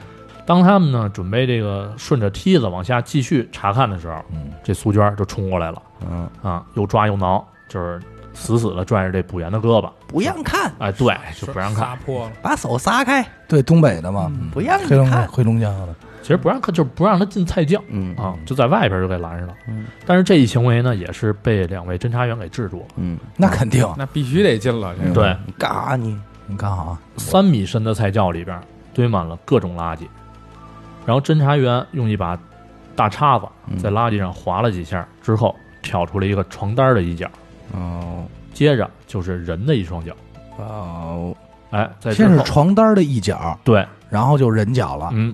Speaker 2: 当他们呢准备这个顺着梯子往下继续查看的时候，
Speaker 1: 嗯，
Speaker 2: 这苏娟就冲过来了
Speaker 3: 嗯，
Speaker 2: 啊，又抓又挠，就是死死的拽着这卜言的胳膊，
Speaker 3: 不让看，
Speaker 2: 哎，对，就不让看。
Speaker 5: 撒破了，
Speaker 3: 把手撒开，
Speaker 1: 对东北的嘛，
Speaker 2: 嗯
Speaker 1: 嗯
Speaker 3: 不让
Speaker 1: 黑龙。黑龙江的，
Speaker 2: 其实不让看，就是不让他进菜窖
Speaker 3: 嗯
Speaker 2: 啊，就在外边就给拦着了
Speaker 3: 嗯。
Speaker 2: 但是这一行为呢，也是被两位侦查员给制住了。
Speaker 3: 嗯，
Speaker 1: 那肯定。
Speaker 5: 那必须得进了，这个
Speaker 2: 对，
Speaker 3: 嘎你，
Speaker 1: 你看啊，
Speaker 2: 三米深的菜窖里边堆满了各种垃圾，然后侦查员用一把大叉子
Speaker 1: 嗯
Speaker 2: 在垃圾上划了几下之后，挑出了一个床单的一角，
Speaker 3: 哦
Speaker 2: 接着就是人的一双脚。
Speaker 3: 哦，
Speaker 2: 哎，在之
Speaker 1: 先是
Speaker 2: 后
Speaker 1: 床单啊的一角，
Speaker 2: 对，
Speaker 1: 然后就人脚了。
Speaker 2: 嗯，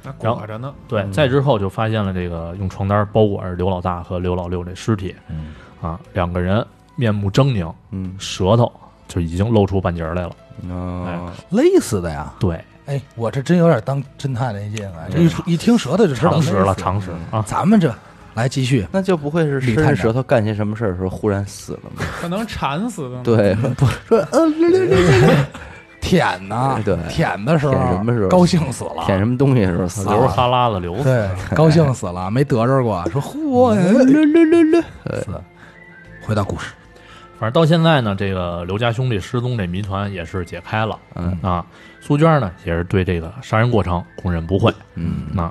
Speaker 4: 那裹着呢，
Speaker 2: 对，
Speaker 1: 嗯
Speaker 2: 在之后就发现了这个用床单包裹着刘老大和刘老六这尸体
Speaker 1: 嗯，
Speaker 2: 啊，两个人面目狰狞，
Speaker 3: 嗯
Speaker 2: 舌头就已经露出半截儿来了。哎
Speaker 3: 哦，
Speaker 1: 勒死的呀！
Speaker 2: 对，
Speaker 1: 哎，我这真有点当侦探那劲
Speaker 3: 嗯
Speaker 1: 啊！这一一听舌头就知道
Speaker 2: 常识
Speaker 1: 勒
Speaker 2: 了，
Speaker 1: 死
Speaker 2: 常识啊，
Speaker 1: 咱们这来继续，
Speaker 3: 那就不会是
Speaker 1: 李
Speaker 3: 伸
Speaker 1: 探
Speaker 3: 着
Speaker 1: 长
Speaker 3: 舌头干些什么事儿的时候忽然死了吗？
Speaker 5: 可能馋死的。，
Speaker 3: 对，
Speaker 2: 嗯
Speaker 3: 不说呃，略略略
Speaker 1: 舔呐，
Speaker 3: 哎对
Speaker 1: 舔的时候，
Speaker 3: 舔什么时候
Speaker 1: 高兴死了，
Speaker 3: 舔什么东西的时候死
Speaker 2: 流着
Speaker 3: 了，
Speaker 2: 哈喇子流 死。
Speaker 1: 对，高兴死了，没得着过，说
Speaker 3: 嗯
Speaker 1: 嚯，略略略略，死。回到故事，
Speaker 2: 反正到现在呢，这个刘家兄弟失踪这谜团也是解开了
Speaker 3: 嗯
Speaker 2: 啊。苏娟呢，也是对这个杀人过程供认不讳。
Speaker 3: 嗯
Speaker 2: 那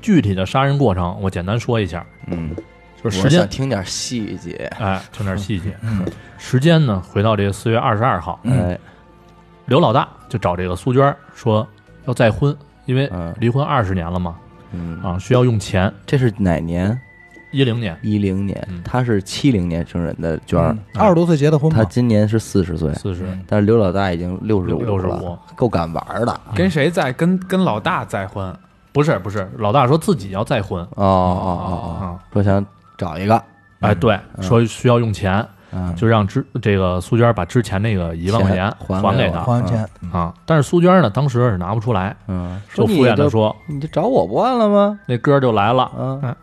Speaker 2: 具体的杀人过程，我简单说一下，
Speaker 3: 嗯，
Speaker 2: 就是
Speaker 3: 我
Speaker 2: 时
Speaker 3: 想
Speaker 2: 间，
Speaker 3: 听嗯点细节，
Speaker 2: 哎，听点细节。 时间呢，回到这个四月二十二号，
Speaker 3: 哎，
Speaker 2: 刘老大就找这个苏娟说要再婚，因为
Speaker 3: 嗯
Speaker 2: 离婚二十年了嘛，
Speaker 3: 嗯，
Speaker 2: 啊，需要用钱。
Speaker 3: 这是哪年？
Speaker 2: 一零年，
Speaker 3: 一零
Speaker 2: 嗯
Speaker 3: 年，他是七零年生人的娟儿
Speaker 1: 嗯，二十多岁结的婚
Speaker 3: 他
Speaker 1: 嘛，
Speaker 3: 今年是四十岁，
Speaker 2: 四十，
Speaker 3: 但是刘老大已经六十
Speaker 2: 六十五
Speaker 3: 了，够敢玩儿的。
Speaker 5: 跟谁在？跟跟老大再婚，
Speaker 2: 不是不是，老大说自己要再婚
Speaker 3: 哦哦哦
Speaker 2: 啊，
Speaker 3: 哦，说想找一个，
Speaker 2: 哎，对，说需要用钱，
Speaker 3: 嗯，
Speaker 2: 就让之这个苏娟把之前那个一万块钱
Speaker 3: 钱还
Speaker 2: 还
Speaker 3: 给
Speaker 2: 给
Speaker 3: 我
Speaker 2: 他
Speaker 1: 花完钱，
Speaker 2: 啊。但是苏娟呢，当时是拿不出来，
Speaker 3: 嗯，
Speaker 2: 就敷衍的说
Speaker 3: 你就找我不完了吗？：“
Speaker 2: 那哥儿就来了，
Speaker 3: 嗯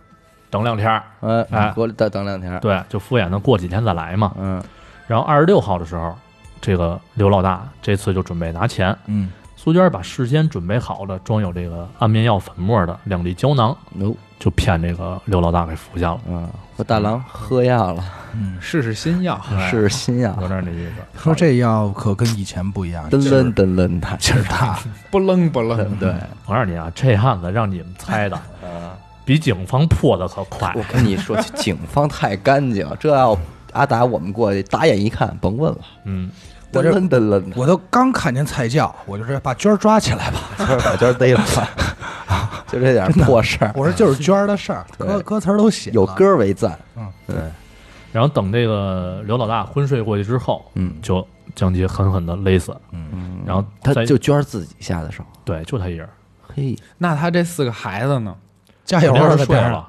Speaker 2: 等两天儿。
Speaker 3: 哎
Speaker 2: 哎
Speaker 3: 过再等两天”。，
Speaker 2: 对，就敷衍的过几天再来嘛。
Speaker 3: 嗯
Speaker 2: 然后二十六号的时候，这个刘老大这次就准备拿钱，
Speaker 1: 嗯，
Speaker 2: 苏娟把事先准备好的装有这个安眠药粉末的两粒胶囊，
Speaker 3: ，no，
Speaker 2: 就骗这个刘老大给服下了，
Speaker 3: 嗯，嗯我大郎喝药了，
Speaker 5: 试试新药。
Speaker 3: 试试新药，
Speaker 2: 有点那意思。
Speaker 1: 说这药可跟以前不一样，
Speaker 3: 噔
Speaker 1: 劲
Speaker 3: 噔
Speaker 1: 儿
Speaker 3: 噔噔的，
Speaker 1: 劲儿大，
Speaker 5: 不愣不愣，
Speaker 3: 对，
Speaker 2: 我告诉你啊，这案子让你们猜 的，
Speaker 3: 嗯
Speaker 2: 比警方破的可快
Speaker 3: 我。跟你说，警方太干净，这要阿达我们过去打眼一看，甭问了，
Speaker 2: 嗯，
Speaker 1: 我这
Speaker 3: 噔噔噔噔的，
Speaker 1: 我都刚看见菜窖，我就说把娟儿抓起来吧。
Speaker 3: 就是把娟逮嗯了， 就这点破事儿，
Speaker 1: 我说就是娟儿的事儿，
Speaker 3: 对
Speaker 1: 歌歌词儿都写了
Speaker 3: 有歌为赞，
Speaker 1: 嗯，
Speaker 3: 对，
Speaker 2: 然后等这个刘老大昏睡过去之后，
Speaker 3: 嗯
Speaker 2: 就将其狠狠的勒死。
Speaker 1: 嗯，
Speaker 2: 然后
Speaker 3: 他
Speaker 2: 再
Speaker 3: 就娟儿自己下的手，
Speaker 2: 对，就他一人，
Speaker 3: 嘿，
Speaker 5: 那他这四个孩子呢？
Speaker 1: 加
Speaker 2: 肯
Speaker 1: 油
Speaker 2: 定
Speaker 1: 啊，
Speaker 2: 是
Speaker 1: 在
Speaker 2: 睡
Speaker 1: 边上。
Speaker 2: 了，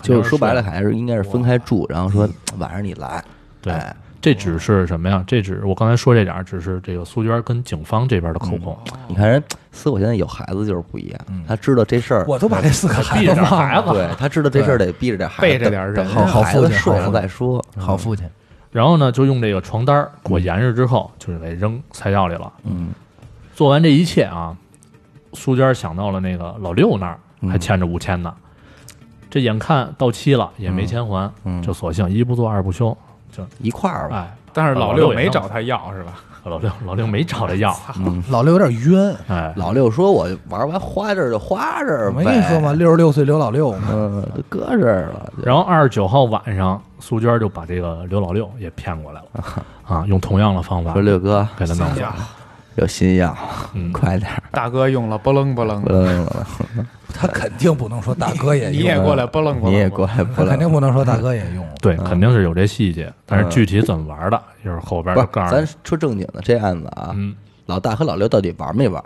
Speaker 3: 就是嗯说白了
Speaker 2: 肯
Speaker 3: 还是应该是分开住，然后说晚上你来，
Speaker 2: 定是睡了。
Speaker 3: 哎
Speaker 2: 对，这只是什么呀？这只我刚才说这点儿，只是这个苏娟跟警方这边的口供，
Speaker 3: 你看人思我现在有孩子就是不一样，他知道这事儿，
Speaker 1: 我都把这四个孩
Speaker 2: 避
Speaker 1: 子
Speaker 2: 着点
Speaker 1: 忘
Speaker 2: 孩
Speaker 1: 了，
Speaker 2: 子。
Speaker 3: 对他知道这事儿得避着点孩子，
Speaker 5: 背着点人
Speaker 3: 等
Speaker 1: 好好
Speaker 3: 孩
Speaker 1: 父
Speaker 3: 子
Speaker 1: 亲
Speaker 3: 睡
Speaker 1: 好
Speaker 3: 了
Speaker 1: 父
Speaker 3: 再说，
Speaker 1: 好父亲，
Speaker 2: 然后呢，就用这个床单儿裹严实之后，就是给扔菜窖里了。
Speaker 3: 嗯，
Speaker 2: 做完这一切啊，苏娟想到了那个老六那儿
Speaker 3: 嗯
Speaker 2: 还欠着五千呢，这眼看到期了也没钱还，
Speaker 3: 嗯
Speaker 2: 就索性一不做二不休，
Speaker 3: 一块儿
Speaker 1: 啊
Speaker 3: 吧，
Speaker 2: 哎，
Speaker 5: 但是老
Speaker 2: 老六
Speaker 5: 六
Speaker 2: 也
Speaker 5: 没
Speaker 2: 弄
Speaker 5: 找他要是吧？
Speaker 2: 老六 老六没找他 要，
Speaker 1: 老六有点冤，
Speaker 2: 哎，
Speaker 3: 老六说：“我玩完花这儿就花这儿
Speaker 1: 我没
Speaker 3: 呗，
Speaker 1: 跟你说吗？？六十六岁刘老六嘛，
Speaker 3: 嗯，都搁这儿了。就”
Speaker 2: 然后二十九号晚上，苏娟就把这个刘老六也骗过来 了，啊，用同样的方法
Speaker 3: 说六哥
Speaker 2: 给他弄
Speaker 5: 哎
Speaker 2: 了，
Speaker 5: 呀
Speaker 3: 有新药，
Speaker 2: 嗯，
Speaker 3: 快点儿，
Speaker 5: 大哥用了不楞不楞
Speaker 3: 不，能用了，
Speaker 1: 他肯定不能说大哥也
Speaker 5: 你
Speaker 1: 用，
Speaker 5: 也过来不楞 不
Speaker 3: 你也
Speaker 5: 楞
Speaker 3: 过
Speaker 5: 吧，
Speaker 3: 来不
Speaker 1: 他肯定
Speaker 3: 能。
Speaker 1: 不能说大哥也用。
Speaker 2: 对，
Speaker 3: 嗯
Speaker 2: 肯定是有这细节，但是具体怎么玩的，一会儿后边
Speaker 3: 不，
Speaker 2: 就是告诉
Speaker 3: 咱
Speaker 2: 你。
Speaker 3: 说正经的，这案子啊，
Speaker 2: 嗯
Speaker 3: 老大和老六到底玩没玩？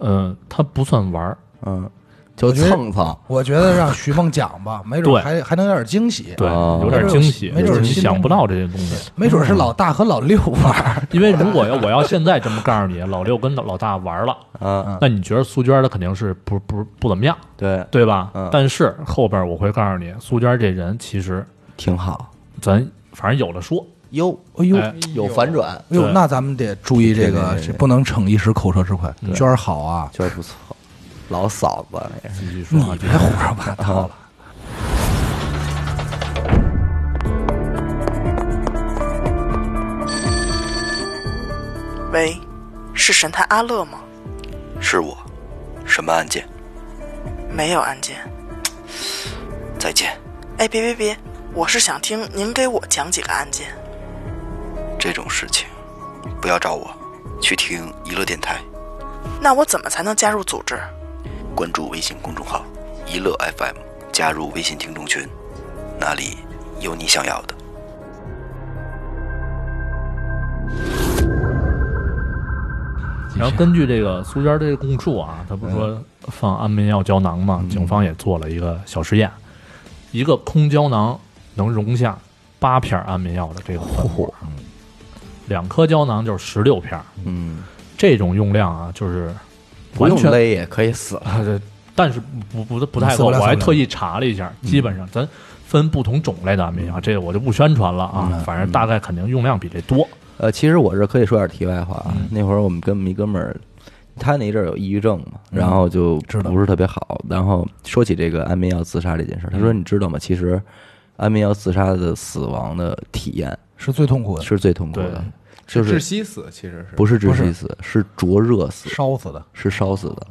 Speaker 2: 嗯，他不算玩儿，
Speaker 3: 嗯，就
Speaker 1: 我觉得
Speaker 3: 蹭蹭，
Speaker 1: 我觉得让徐梦讲吧，没准
Speaker 2: 对
Speaker 1: 还还能有点惊喜，
Speaker 2: 对，
Speaker 3: 哦
Speaker 2: 有点惊喜，
Speaker 1: 没准
Speaker 2: 就是你
Speaker 1: 心
Speaker 2: 想
Speaker 1: 动
Speaker 2: 不到这些东西。
Speaker 1: 没准是老大和老六玩儿。
Speaker 2: 因为如果要我要现在这么告诉你，老六跟老大玩了，
Speaker 1: 啊
Speaker 3: 嗯，
Speaker 2: 那你觉得苏娟她肯定是不不不怎么样，
Speaker 3: 对，
Speaker 2: 对吧
Speaker 3: 嗯？
Speaker 2: 但是后边我会告诉你，苏娟这人其实
Speaker 3: 挺好。
Speaker 2: 咱反正有的说，
Speaker 3: 哟，
Speaker 1: 哎呦，哎
Speaker 2: 哎
Speaker 3: 有反转，
Speaker 1: 呦，
Speaker 2: 对
Speaker 1: 那咱们得注意这
Speaker 3: 对对
Speaker 1: 个
Speaker 3: 对，对
Speaker 1: 这不能逞一时口舌之快。娟儿好啊，
Speaker 3: 觉得不错。老嫂子那是，
Speaker 2: 继续说
Speaker 1: 你
Speaker 2: 啊，
Speaker 1: 别胡说八道了。
Speaker 6: 喂，是神探阿乐吗？
Speaker 7: 是我，什么案件？
Speaker 6: 没有案件。
Speaker 7: 再见，
Speaker 6: 哎，别别别，我是想听您给我讲几个案件。
Speaker 7: 这种事情不要找我，去听娱乐电台，
Speaker 6: 那我怎么才能加入组织？
Speaker 7: 关注微信公众号“娱乐 FM”，加入微信听众群，那里有你想要的。
Speaker 2: 然后根据这个苏娟这个供述啊，她不是说放安眠药胶囊吗？警方也做了一个小实验，一个空胶囊能容下八片安眠药的这个分母，两颗胶囊就是十六片儿，
Speaker 3: 嗯，
Speaker 2: 这种用量啊，就是
Speaker 3: 不
Speaker 2: 完
Speaker 3: 用
Speaker 2: 全
Speaker 3: 勒也可以死了。
Speaker 2: 啊，对，但是不不不太
Speaker 1: 受
Speaker 2: 够，
Speaker 1: 不了
Speaker 2: 我还
Speaker 1: 受不了
Speaker 2: 特意查了一下，基本上咱分不同种类的安眠药，这个我就不宣传了啊，反正大概肯定用量比这多。
Speaker 3: 呃，其实我是可以说点题外话啊。那会儿我们跟我们一哥们儿，他那一阵儿有抑郁症嘛，然后就
Speaker 1: 知道
Speaker 3: 不是特别好。然后说起这个安眠药自杀这件事儿，他说你知道吗？其实安眠药自杀的死亡的体验
Speaker 1: 是最痛苦的，
Speaker 3: 是最痛苦的
Speaker 2: 对，
Speaker 3: 就
Speaker 5: 窒
Speaker 3: 是
Speaker 5: 息死其实是
Speaker 3: 不是窒
Speaker 1: 不
Speaker 3: 息
Speaker 1: 是
Speaker 3: 死，是灼热死，
Speaker 1: 烧死的。
Speaker 3: 是烧死
Speaker 2: 嗯
Speaker 3: 的。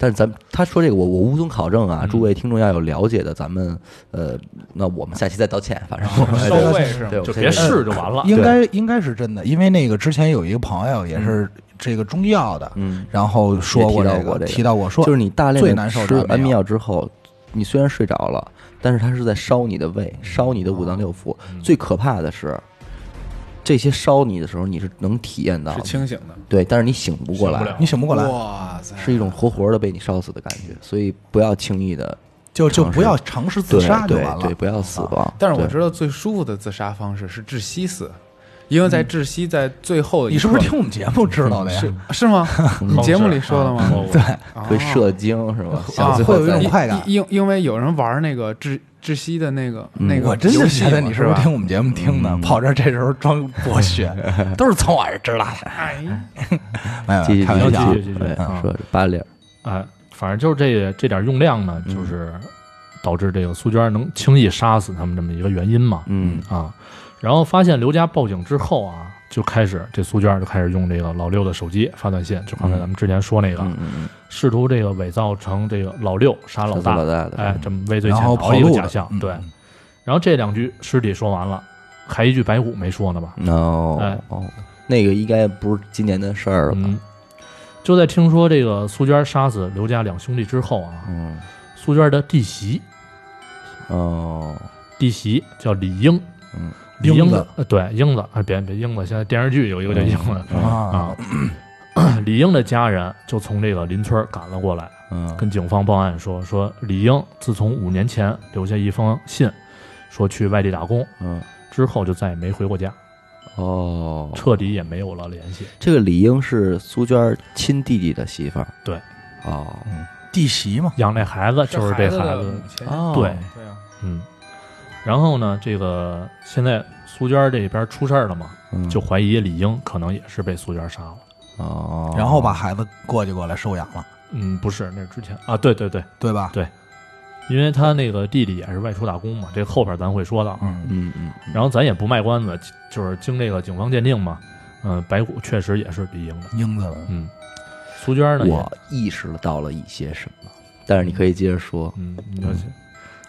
Speaker 3: 但是咱他说这个我我无从考证啊，诸位听众要有了解的，咱们呃，那我们下期再道歉，反正我
Speaker 1: 嗯
Speaker 3: 们
Speaker 5: 烧胃是吗？
Speaker 3: 对，我
Speaker 2: 就
Speaker 3: 现
Speaker 2: 别
Speaker 3: 在
Speaker 2: 试就完了。
Speaker 1: 应该应该是真的，因为那个之前有一个朋友也是这个中医药的，
Speaker 3: 嗯
Speaker 1: 然后说过
Speaker 3: 也提到
Speaker 1: 这
Speaker 3: 过
Speaker 1: 个，
Speaker 3: 这个
Speaker 1: 提到过说，
Speaker 3: 就是你大量
Speaker 1: 最
Speaker 3: 的
Speaker 1: 难受
Speaker 3: 吃
Speaker 1: 的
Speaker 3: 安
Speaker 1: 安
Speaker 3: 眠
Speaker 1: 眠
Speaker 3: 药
Speaker 1: 药
Speaker 3: 之后，你虽然睡着了，但是它是在烧你的胃，烧你的五脏六腑。
Speaker 2: 嗯
Speaker 3: 最可怕的是，这些烧你的时候，你是能体验到
Speaker 5: 是
Speaker 3: 的，
Speaker 5: 清醒的。
Speaker 3: 对，但是你醒不过
Speaker 2: 醒不
Speaker 3: 来
Speaker 2: 了，
Speaker 1: 你醒不过来，
Speaker 5: 哇塞，
Speaker 3: 是一种活活的被你烧死的感觉。所以不要轻易的
Speaker 1: 就就
Speaker 3: 尝试
Speaker 1: 不要尝试自
Speaker 3: 对
Speaker 1: 杀就
Speaker 3: 对
Speaker 1: 完了
Speaker 3: 对，。不要
Speaker 2: 啊
Speaker 3: 死亡。
Speaker 5: 但是我
Speaker 3: 对
Speaker 5: 知道最舒服的自杀方式是窒息死，因为在窒息在最后的
Speaker 1: 嗯
Speaker 5: 一
Speaker 1: 你是不是嗯
Speaker 5: 刻
Speaker 1: 听我们节目知道的呀？
Speaker 5: 是是吗？你节目里说的吗？
Speaker 2: 对，
Speaker 5: 啊
Speaker 3: 会
Speaker 2: 哦
Speaker 3: 射精是
Speaker 2: 啊
Speaker 3: 吧？想最
Speaker 1: 会
Speaker 3: 后
Speaker 1: 有一
Speaker 3: 再
Speaker 1: 种
Speaker 3: 也
Speaker 1: 嗯快感
Speaker 5: 因因因为有人玩那个窒窒息的那个那个，
Speaker 1: 嗯我真的觉得你
Speaker 5: 是
Speaker 1: 是不是
Speaker 5: 吧
Speaker 1: 听？我们节目听
Speaker 3: 嗯
Speaker 1: 的，跑这儿这时候装博 学，都是从我这儿知道的。
Speaker 5: 哎，
Speaker 1: 没有，
Speaker 3: 继
Speaker 1: 没
Speaker 3: 续
Speaker 1: 有开玩
Speaker 3: 继续
Speaker 1: 笑啊，
Speaker 3: 继续，对，
Speaker 2: 嗯
Speaker 3: 说八粒儿，
Speaker 2: 哎，反正就是这这点用量呢，就是导致这个苏娟能轻易杀死他们这么一个原因嘛。
Speaker 3: 嗯
Speaker 2: 啊，然后发现刘家报警之后啊，就开始这苏娟就开始用这个老六的手机发短信，就刚才咱们之前说那个，
Speaker 3: 嗯嗯，
Speaker 2: 试图这个伪造成这个老六杀老大，
Speaker 3: 老嗯大的，
Speaker 2: 哎，这么畏罪潜
Speaker 1: 然后
Speaker 2: 逃一
Speaker 1: 跑
Speaker 2: 个
Speaker 1: 路
Speaker 2: 假
Speaker 1: 了
Speaker 2: 象，
Speaker 1: 嗯
Speaker 2: 对
Speaker 1: 嗯。
Speaker 2: 然后这两句尸体说完了，还一句白虎没说呢吧？
Speaker 3: 嗯 no，
Speaker 2: 哎
Speaker 3: 哦，那个应该不是今年的事儿了吧？
Speaker 2: 嗯，就在听说这个苏娟杀死刘家两兄弟之后啊，
Speaker 3: 嗯，
Speaker 2: 苏娟的弟媳，
Speaker 3: 哦，
Speaker 2: 弟媳叫李英，
Speaker 3: 嗯，
Speaker 2: 李英
Speaker 1: 英子
Speaker 2: 子，呃对，英子啊，别别英子，现在电视剧有一个叫英子，
Speaker 3: 嗯
Speaker 1: 啊
Speaker 2: 啊，李英的家人就从这个邻村赶了过来，
Speaker 3: 嗯，
Speaker 2: 跟警方报案说，说李英自从五年前留下一封信，说去外地打工
Speaker 3: 嗯，
Speaker 2: 之后就再也没回过家，
Speaker 3: 哦，
Speaker 2: 彻底也没有了联系。
Speaker 3: 这个李英是苏娟儿亲弟弟的媳妇儿，
Speaker 2: 对，嗯
Speaker 3: 哦，
Speaker 1: 弟媳嘛，
Speaker 2: 养那孩子就是这孩
Speaker 5: 的
Speaker 2: 子
Speaker 5: 母，亲
Speaker 3: 哦，
Speaker 2: 对，
Speaker 5: 对啊，
Speaker 2: 嗯。然后呢，这个现在苏娟这边出事儿了嘛，
Speaker 3: 嗯
Speaker 2: 就怀疑李英可能也是被苏娟杀了。
Speaker 3: 哦，
Speaker 1: 然后把孩子过继过来收养了。
Speaker 2: 嗯，不是，那是之前啊，对对对，
Speaker 1: 对吧？
Speaker 2: 因为他那个弟弟也是外出打工嘛，这后边咱会说到。啊
Speaker 1: 嗯，
Speaker 3: 嗯嗯，嗯
Speaker 2: 然后咱也不卖关子，就是经这个警方鉴定嘛，嗯、白骨确实也是必赢的。
Speaker 1: 英子了，
Speaker 2: 嗯，苏娟呢？也
Speaker 3: 我意识到了一些什么，但是你可以接着说。
Speaker 2: 嗯，你就我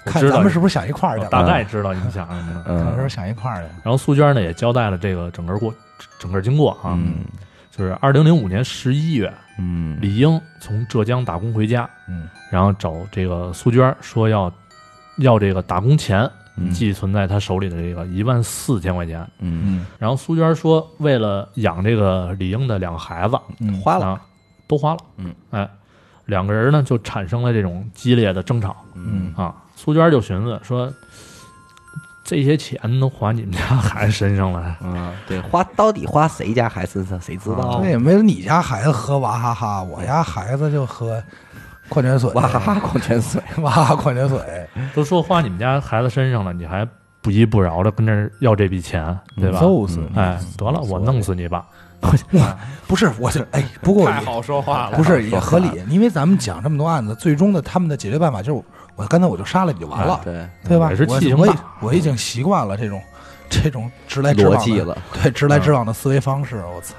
Speaker 1: 看
Speaker 2: 知
Speaker 1: 咱
Speaker 2: 道
Speaker 1: 们是不是想一块儿去
Speaker 2: 我
Speaker 1: 了？
Speaker 2: 大概知道你想什么了。
Speaker 1: 咱们是不是
Speaker 3: 嗯
Speaker 1: 想一块儿去了？
Speaker 2: 然后苏娟呢也交代了这个整个过整个经过啊，
Speaker 3: 嗯
Speaker 2: 就是二零零五年十一月，
Speaker 3: 嗯
Speaker 2: 李英从浙江打工回家，
Speaker 1: 嗯，
Speaker 2: 然后找这个苏娟说要要这个打工钱
Speaker 3: 嗯
Speaker 2: 寄存在她手里的这个一万四千块钱。
Speaker 3: 嗯
Speaker 1: 嗯
Speaker 2: 然后苏娟说，为了养这个李英的两个孩子，
Speaker 1: 嗯，
Speaker 3: 花了
Speaker 2: 啊，都花了。
Speaker 3: 嗯，
Speaker 2: 哎，两个人呢就产生了这种激烈的争吵
Speaker 1: 嗯
Speaker 2: 啊。苏娟就寻思说，这些钱都花你们家孩子身上了，
Speaker 3: 啊，对，花到底花谁家孩子身上，谁知道
Speaker 1: 那？也没你家孩子喝娃哈哈，我家孩子就喝矿泉水，
Speaker 3: 哇哈哈，矿泉水，
Speaker 1: 娃哈哈矿泉水，
Speaker 2: 都说花你们家孩子身上了，你还不依不饶的跟这儿要这笔钱，
Speaker 1: 嗯
Speaker 2: 对吧？
Speaker 1: 就是
Speaker 2: 哎，得了，我弄死你吧！
Speaker 1: 不是，我就哎，不过
Speaker 5: 太好说话了，
Speaker 1: 不是也合理，因为咱们讲这么多案子，最终的他们的解决办法就是我刚才我就杀了你就完了，
Speaker 3: 哎对，
Speaker 1: 对吧？
Speaker 2: 也是
Speaker 1: 我
Speaker 2: 气性
Speaker 1: 我已
Speaker 2: 大
Speaker 1: 我已经习惯了这种这种直来直往
Speaker 3: 逻
Speaker 1: 的
Speaker 3: 辑，了，
Speaker 1: 对直来直往的思维方式，我操！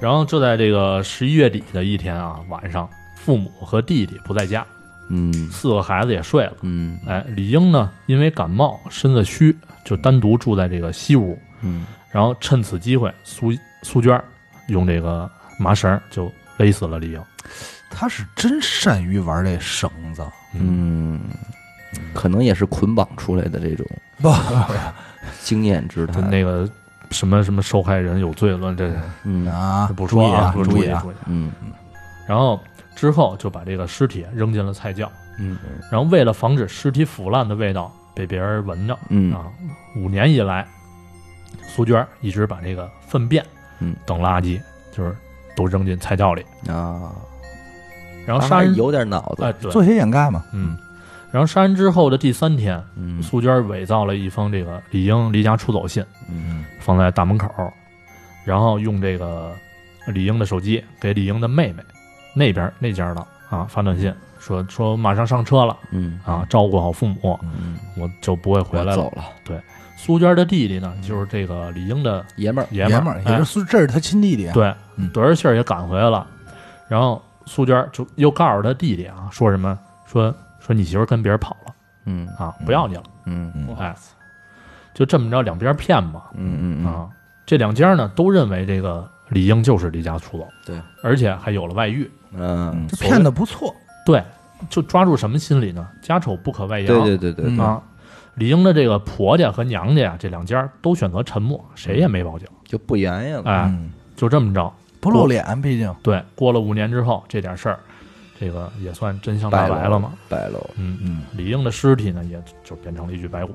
Speaker 2: 然后就在这个十一月底的一天啊，晚上，父母和弟弟不在家，
Speaker 3: 嗯
Speaker 2: 四个孩子也睡了。
Speaker 3: 嗯
Speaker 2: 哎，李英呢，因为感冒身子虚，就单独住在这个西屋。
Speaker 3: 嗯
Speaker 2: 然后趁此机会，苏苏娟儿用这个麻绳儿就勒死了李英。
Speaker 1: 他是真善于玩这绳子，
Speaker 3: 嗯，可能也是捆绑出来的这种
Speaker 1: 不，
Speaker 3: 经验之
Speaker 2: 就
Speaker 3: 谈。
Speaker 2: 那个什么什么受害人有罪论，这
Speaker 3: 嗯
Speaker 1: 啊，
Speaker 2: 不说
Speaker 1: 注意啊
Speaker 2: 啊，不
Speaker 1: 注
Speaker 2: 注
Speaker 1: 意啊
Speaker 2: 注意。
Speaker 3: 嗯
Speaker 2: 然后之后就把这个尸体扔进了菜窖，
Speaker 3: 嗯
Speaker 2: 然后为了防止尸体腐烂的味道被别人闻着，
Speaker 3: 嗯
Speaker 2: 啊，五年以来，苏娟儿一直把这个粪便，
Speaker 3: 嗯
Speaker 2: 等垃圾就是都扔进菜窖里，
Speaker 3: 啊，
Speaker 2: 然后
Speaker 3: 他
Speaker 2: 杀
Speaker 3: 还
Speaker 2: 人
Speaker 3: 有点脑
Speaker 2: 哎
Speaker 3: 子，
Speaker 2: 对，
Speaker 1: 做些掩盖嘛，
Speaker 2: 嗯，然后杀人之后的第三天，
Speaker 3: 嗯
Speaker 2: 苏娟伪造了一封这个李英离家出走信，
Speaker 3: 嗯
Speaker 2: 放在大门口，然后用这个李英的手机给李英的妹妹那边那家的啊发短
Speaker 1: 嗯
Speaker 2: 信，说说马上上车了
Speaker 3: 嗯
Speaker 2: 啊，照顾好父母，
Speaker 3: 嗯，
Speaker 2: 我就不会回
Speaker 3: 我
Speaker 2: 来了
Speaker 3: 走。了，
Speaker 2: 苏娟的弟弟呢，就是这个李英的
Speaker 3: 爷们儿，
Speaker 2: 爷
Speaker 1: 爷
Speaker 2: 们
Speaker 1: 们
Speaker 2: 儿
Speaker 1: 儿，也是
Speaker 2: 哎
Speaker 1: 苏，这是他亲弟弟啊，
Speaker 2: 对
Speaker 1: 嗯，
Speaker 2: 得着信儿也赶回来了，然后苏娟就又告诉他弟弟啊，说什么说说你媳妇儿跟别人跑了
Speaker 3: 嗯
Speaker 2: 啊，不要你了，
Speaker 3: 嗯
Speaker 1: 嗯
Speaker 2: 哎，就这么着两边骗嘛，
Speaker 3: 嗯嗯嗯，
Speaker 2: 啊，这两家呢都认为这个李英就是离家出走，
Speaker 3: 对，
Speaker 2: 而且还有了外遇，
Speaker 3: 嗯，
Speaker 1: 这骗的不错，
Speaker 2: 对，就抓住什么心理呢？家丑不可外扬，
Speaker 3: 对对对对，
Speaker 1: 嗯
Speaker 2: 啊。李英的这个婆家和娘家呀，这两家都选择沉默，
Speaker 3: 嗯
Speaker 2: 谁也没报警。
Speaker 3: 就不言语了，
Speaker 2: 哎，
Speaker 1: 嗯，
Speaker 2: 就这么着。
Speaker 1: 不露脸，毕竟
Speaker 2: 对，过了五年之后，这点事儿，这个也算真相大白了嘛。
Speaker 3: 白喽，
Speaker 2: 嗯，
Speaker 1: 嗯，
Speaker 2: 李英的尸体呢，也就变成了一具白骨。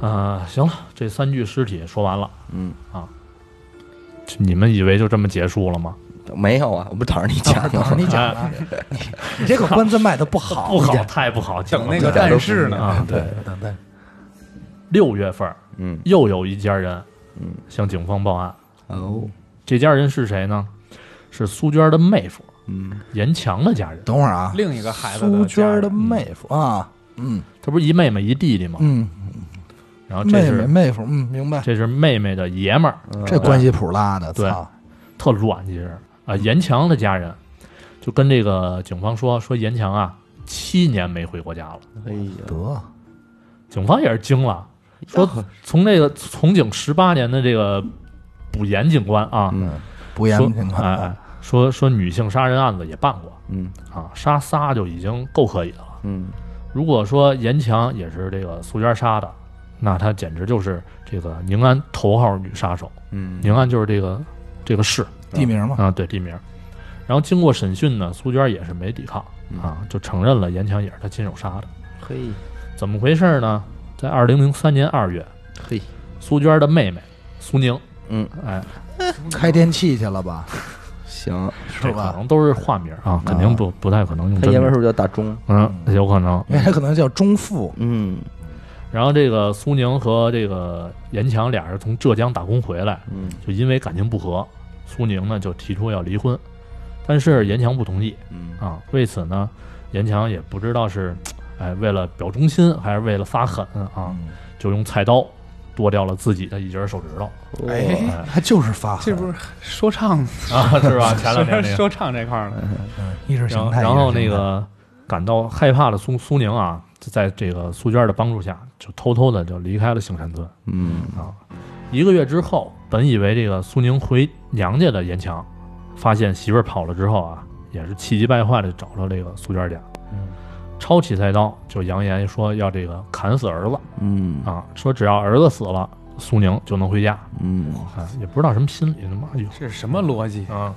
Speaker 2: 啊、行了，这三具尸体说完了。
Speaker 3: 嗯
Speaker 2: 啊，你们以为就这么结束了吗？
Speaker 3: 没有啊，我不等着你
Speaker 1: 等会
Speaker 3: 讲
Speaker 1: 儿等会儿
Speaker 3: 呢，
Speaker 1: 你讲啊，你你这个关子卖的不好，
Speaker 2: 哎不
Speaker 1: 你
Speaker 2: 好，
Speaker 1: 这
Speaker 2: 太不好听了。
Speaker 5: 等那个但是呢，
Speaker 2: 啊，
Speaker 1: 对，等等，
Speaker 2: 六月份儿
Speaker 3: 嗯
Speaker 2: 又有一家人，
Speaker 3: 嗯，
Speaker 2: 向警方报案。
Speaker 3: 哦，
Speaker 2: 这家人是谁呢？是苏娟的妹夫
Speaker 3: 嗯
Speaker 2: 严强的家人。
Speaker 1: 等会儿啊，
Speaker 5: 另一个孩子
Speaker 1: 苏娟
Speaker 5: 家
Speaker 1: 儿
Speaker 5: 人
Speaker 1: 的妹夫啊，嗯
Speaker 2: 他不是一妹妹一弟弟吗？
Speaker 1: 嗯，
Speaker 2: 然后啊这
Speaker 1: 妹
Speaker 2: 是
Speaker 1: 妹妹夫，嗯，明白，
Speaker 2: 这是妹妹的爷们儿，
Speaker 1: 这关系谱拉的，
Speaker 2: 对
Speaker 1: 操，
Speaker 2: 特乱，其实啊。严强的家人就跟这个警方说说严强啊，七年没回过家了。
Speaker 3: 哎呀，
Speaker 1: 得
Speaker 2: 警方也是惊了，说从这个从警十八年的这个补严警官啊，
Speaker 3: 嗯
Speaker 1: 不严啊
Speaker 2: 说
Speaker 1: 情况，
Speaker 2: 哎哎，说说女性杀人案子也办过
Speaker 3: 嗯
Speaker 2: 啊，杀仨就已经够可以的了。
Speaker 3: 嗯
Speaker 2: 如果说严强也是这个苏娟杀的，那她简直就是这个宁安头号女杀手。
Speaker 3: 嗯，
Speaker 2: 宁安就是这个这个市
Speaker 1: 地名嘛，
Speaker 2: 啊，对地名。然后经过审讯呢，苏娟也是没抵抗
Speaker 3: 嗯
Speaker 2: 啊，就承认了严强也是她亲手杀的。
Speaker 3: 嘿
Speaker 2: 怎么回事呢？在二零零三年二月，
Speaker 3: 嘿，
Speaker 2: 苏娟的妹妹苏宁，
Speaker 3: 嗯，
Speaker 2: 哎，
Speaker 1: 开电器去了吧，
Speaker 3: 行，
Speaker 1: 是
Speaker 2: 这可
Speaker 1: 吧？
Speaker 2: 能都是化名啊，肯定不不太可能用
Speaker 3: 他
Speaker 2: 真
Speaker 3: 爷们儿
Speaker 2: 名
Speaker 3: 是。不是叫大钟？
Speaker 2: 嗯，有可能。
Speaker 1: 因为他可能叫中富，
Speaker 3: 嗯
Speaker 2: 然后这个苏宁和这个严强俩人从浙江打工回来，
Speaker 3: 嗯
Speaker 2: 就因为感情不和，苏宁呢就提出要离婚，但是严强不同意
Speaker 3: 嗯
Speaker 2: 啊。为此呢，严强也不知道是，哎，为了表忠心还是为了发狠啊，
Speaker 1: 嗯
Speaker 2: 就用菜刀剁掉了自己的一截手指头
Speaker 5: 哎，
Speaker 1: 他就是发狠
Speaker 5: 这不是说唱
Speaker 2: 啊，是吧？前两天那个
Speaker 5: 说唱这块儿呢，
Speaker 1: 嗯意识
Speaker 2: 然
Speaker 1: 形
Speaker 2: 后
Speaker 1: 态，
Speaker 2: 然后那
Speaker 1: 意识形态
Speaker 2: 个感到害怕的苏苏宁啊，就在这个苏娟的帮助下，就偷偷的就离开了杏山村
Speaker 3: 嗯
Speaker 2: 啊。一个月之后，本以为这个苏宁回娘家的严强，发现媳妇儿跑了之后啊，也是气急败坏的找到这个苏娟家，
Speaker 1: 嗯
Speaker 2: 抄起菜刀就扬言说要这个砍死儿子
Speaker 3: 嗯
Speaker 2: 啊，说只要儿子死了，苏宁就能回家
Speaker 3: 嗯，
Speaker 2: 啊，也不知道什么心理，他妈哎呦
Speaker 5: 这是什么逻辑？
Speaker 2: 啊，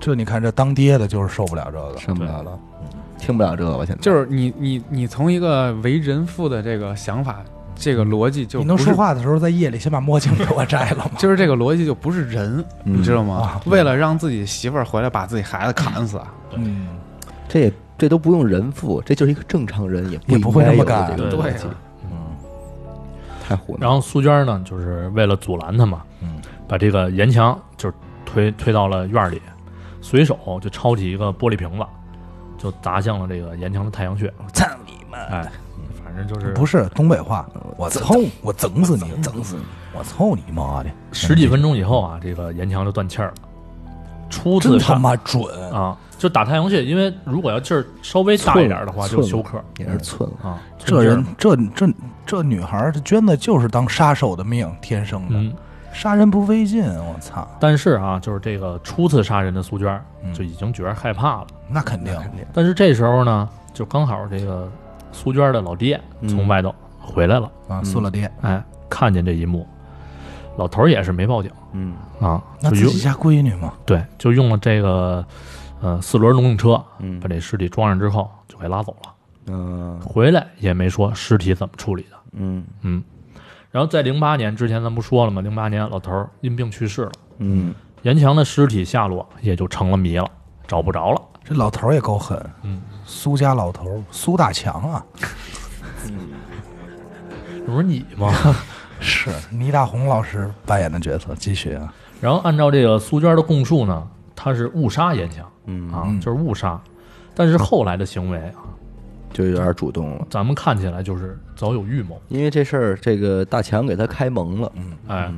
Speaker 1: 这你看这当爹的就是受不了这个，
Speaker 3: 受不了了，听不了这个，我现在
Speaker 5: 就是你你你从一个为人父的这个想法，这个逻辑就
Speaker 1: 你能
Speaker 5: 不是
Speaker 1: 说，话的时候，在夜里先把墨镜给我摘了吗？
Speaker 5: 就是这个逻辑就不是人，
Speaker 3: 嗯
Speaker 5: 你知道吗
Speaker 1: 啊？
Speaker 5: 为了让自己媳妇儿回来，把自己孩子砍死啊！
Speaker 1: 嗯，
Speaker 3: 这也这都不用人父，这就是一个正常人也不
Speaker 1: 也不会
Speaker 3: 应
Speaker 1: 那么
Speaker 3: 该有的
Speaker 1: 干
Speaker 3: 这个
Speaker 2: 对
Speaker 3: 逻
Speaker 5: 啊
Speaker 3: 辑，太混了。
Speaker 2: 然后苏娟呢，就是为了阻拦他嘛，
Speaker 1: 嗯，
Speaker 2: 把这个严强就是推推到了院儿里，随手就抄起一个玻璃瓶子，就砸向了这个严强的太阳穴。
Speaker 1: 我操你妈！
Speaker 2: 哎，反正就是
Speaker 1: 不是东北话，我操，我整死你，整死你，我操你妈的！
Speaker 2: 十几分钟以后啊，这个严强就断气儿了。初
Speaker 1: 真
Speaker 2: 次
Speaker 1: 他
Speaker 2: 上
Speaker 1: 妈准，
Speaker 2: 啊，就打太阳穴，因为如果要劲儿稍微大一点的话，
Speaker 3: 寸
Speaker 2: 就
Speaker 3: 了
Speaker 2: 休克
Speaker 3: 也是寸了，
Speaker 2: 啊。
Speaker 1: 这人这这这女孩儿，这娟子就是当杀手的命，天生的，
Speaker 2: 嗯，
Speaker 1: 杀人不费劲，我操，
Speaker 2: 但是啊，就是这个初次杀人的苏娟
Speaker 1: 嗯
Speaker 2: 就已经觉得害怕了。
Speaker 1: 那肯定，
Speaker 2: 但是这时候呢，就刚好这个苏娟的老爹
Speaker 1: 嗯
Speaker 2: 从外头回来了，
Speaker 1: 啊，苏老爹，
Speaker 2: 哎，看见这一幕，老头儿也是没报警
Speaker 3: 嗯
Speaker 2: 啊，
Speaker 1: 那
Speaker 2: 就
Speaker 1: 自
Speaker 2: 用
Speaker 1: 己家闺女嘛，
Speaker 2: 对，就用了这个呃四轮农用车
Speaker 3: 嗯
Speaker 2: 把这尸体装上之后就给拉走了，
Speaker 3: 嗯
Speaker 2: 回来也没说尸体怎么处理的，
Speaker 3: 嗯
Speaker 2: 嗯。然后在零八年之前，咱不说了吗？零八年老头儿因病去世了，
Speaker 3: 嗯，
Speaker 2: 严强的尸体下落也就成了谜了，找不着了。
Speaker 1: 这老头儿也够狠，
Speaker 2: 嗯，
Speaker 1: 苏家老头儿苏大强啊，
Speaker 2: 这不是你吗？
Speaker 1: 是倪大红老师扮演的角色，继续啊，
Speaker 2: 然后按照这个苏娟的供述呢，她是误杀严强，嗯啊，就是误杀，但是后来的行为啊，
Speaker 3: 就有点主动了。
Speaker 2: 咱们看起来就是早有预谋，
Speaker 3: 因为这事儿，这个大强给他开蒙了，
Speaker 2: 哎，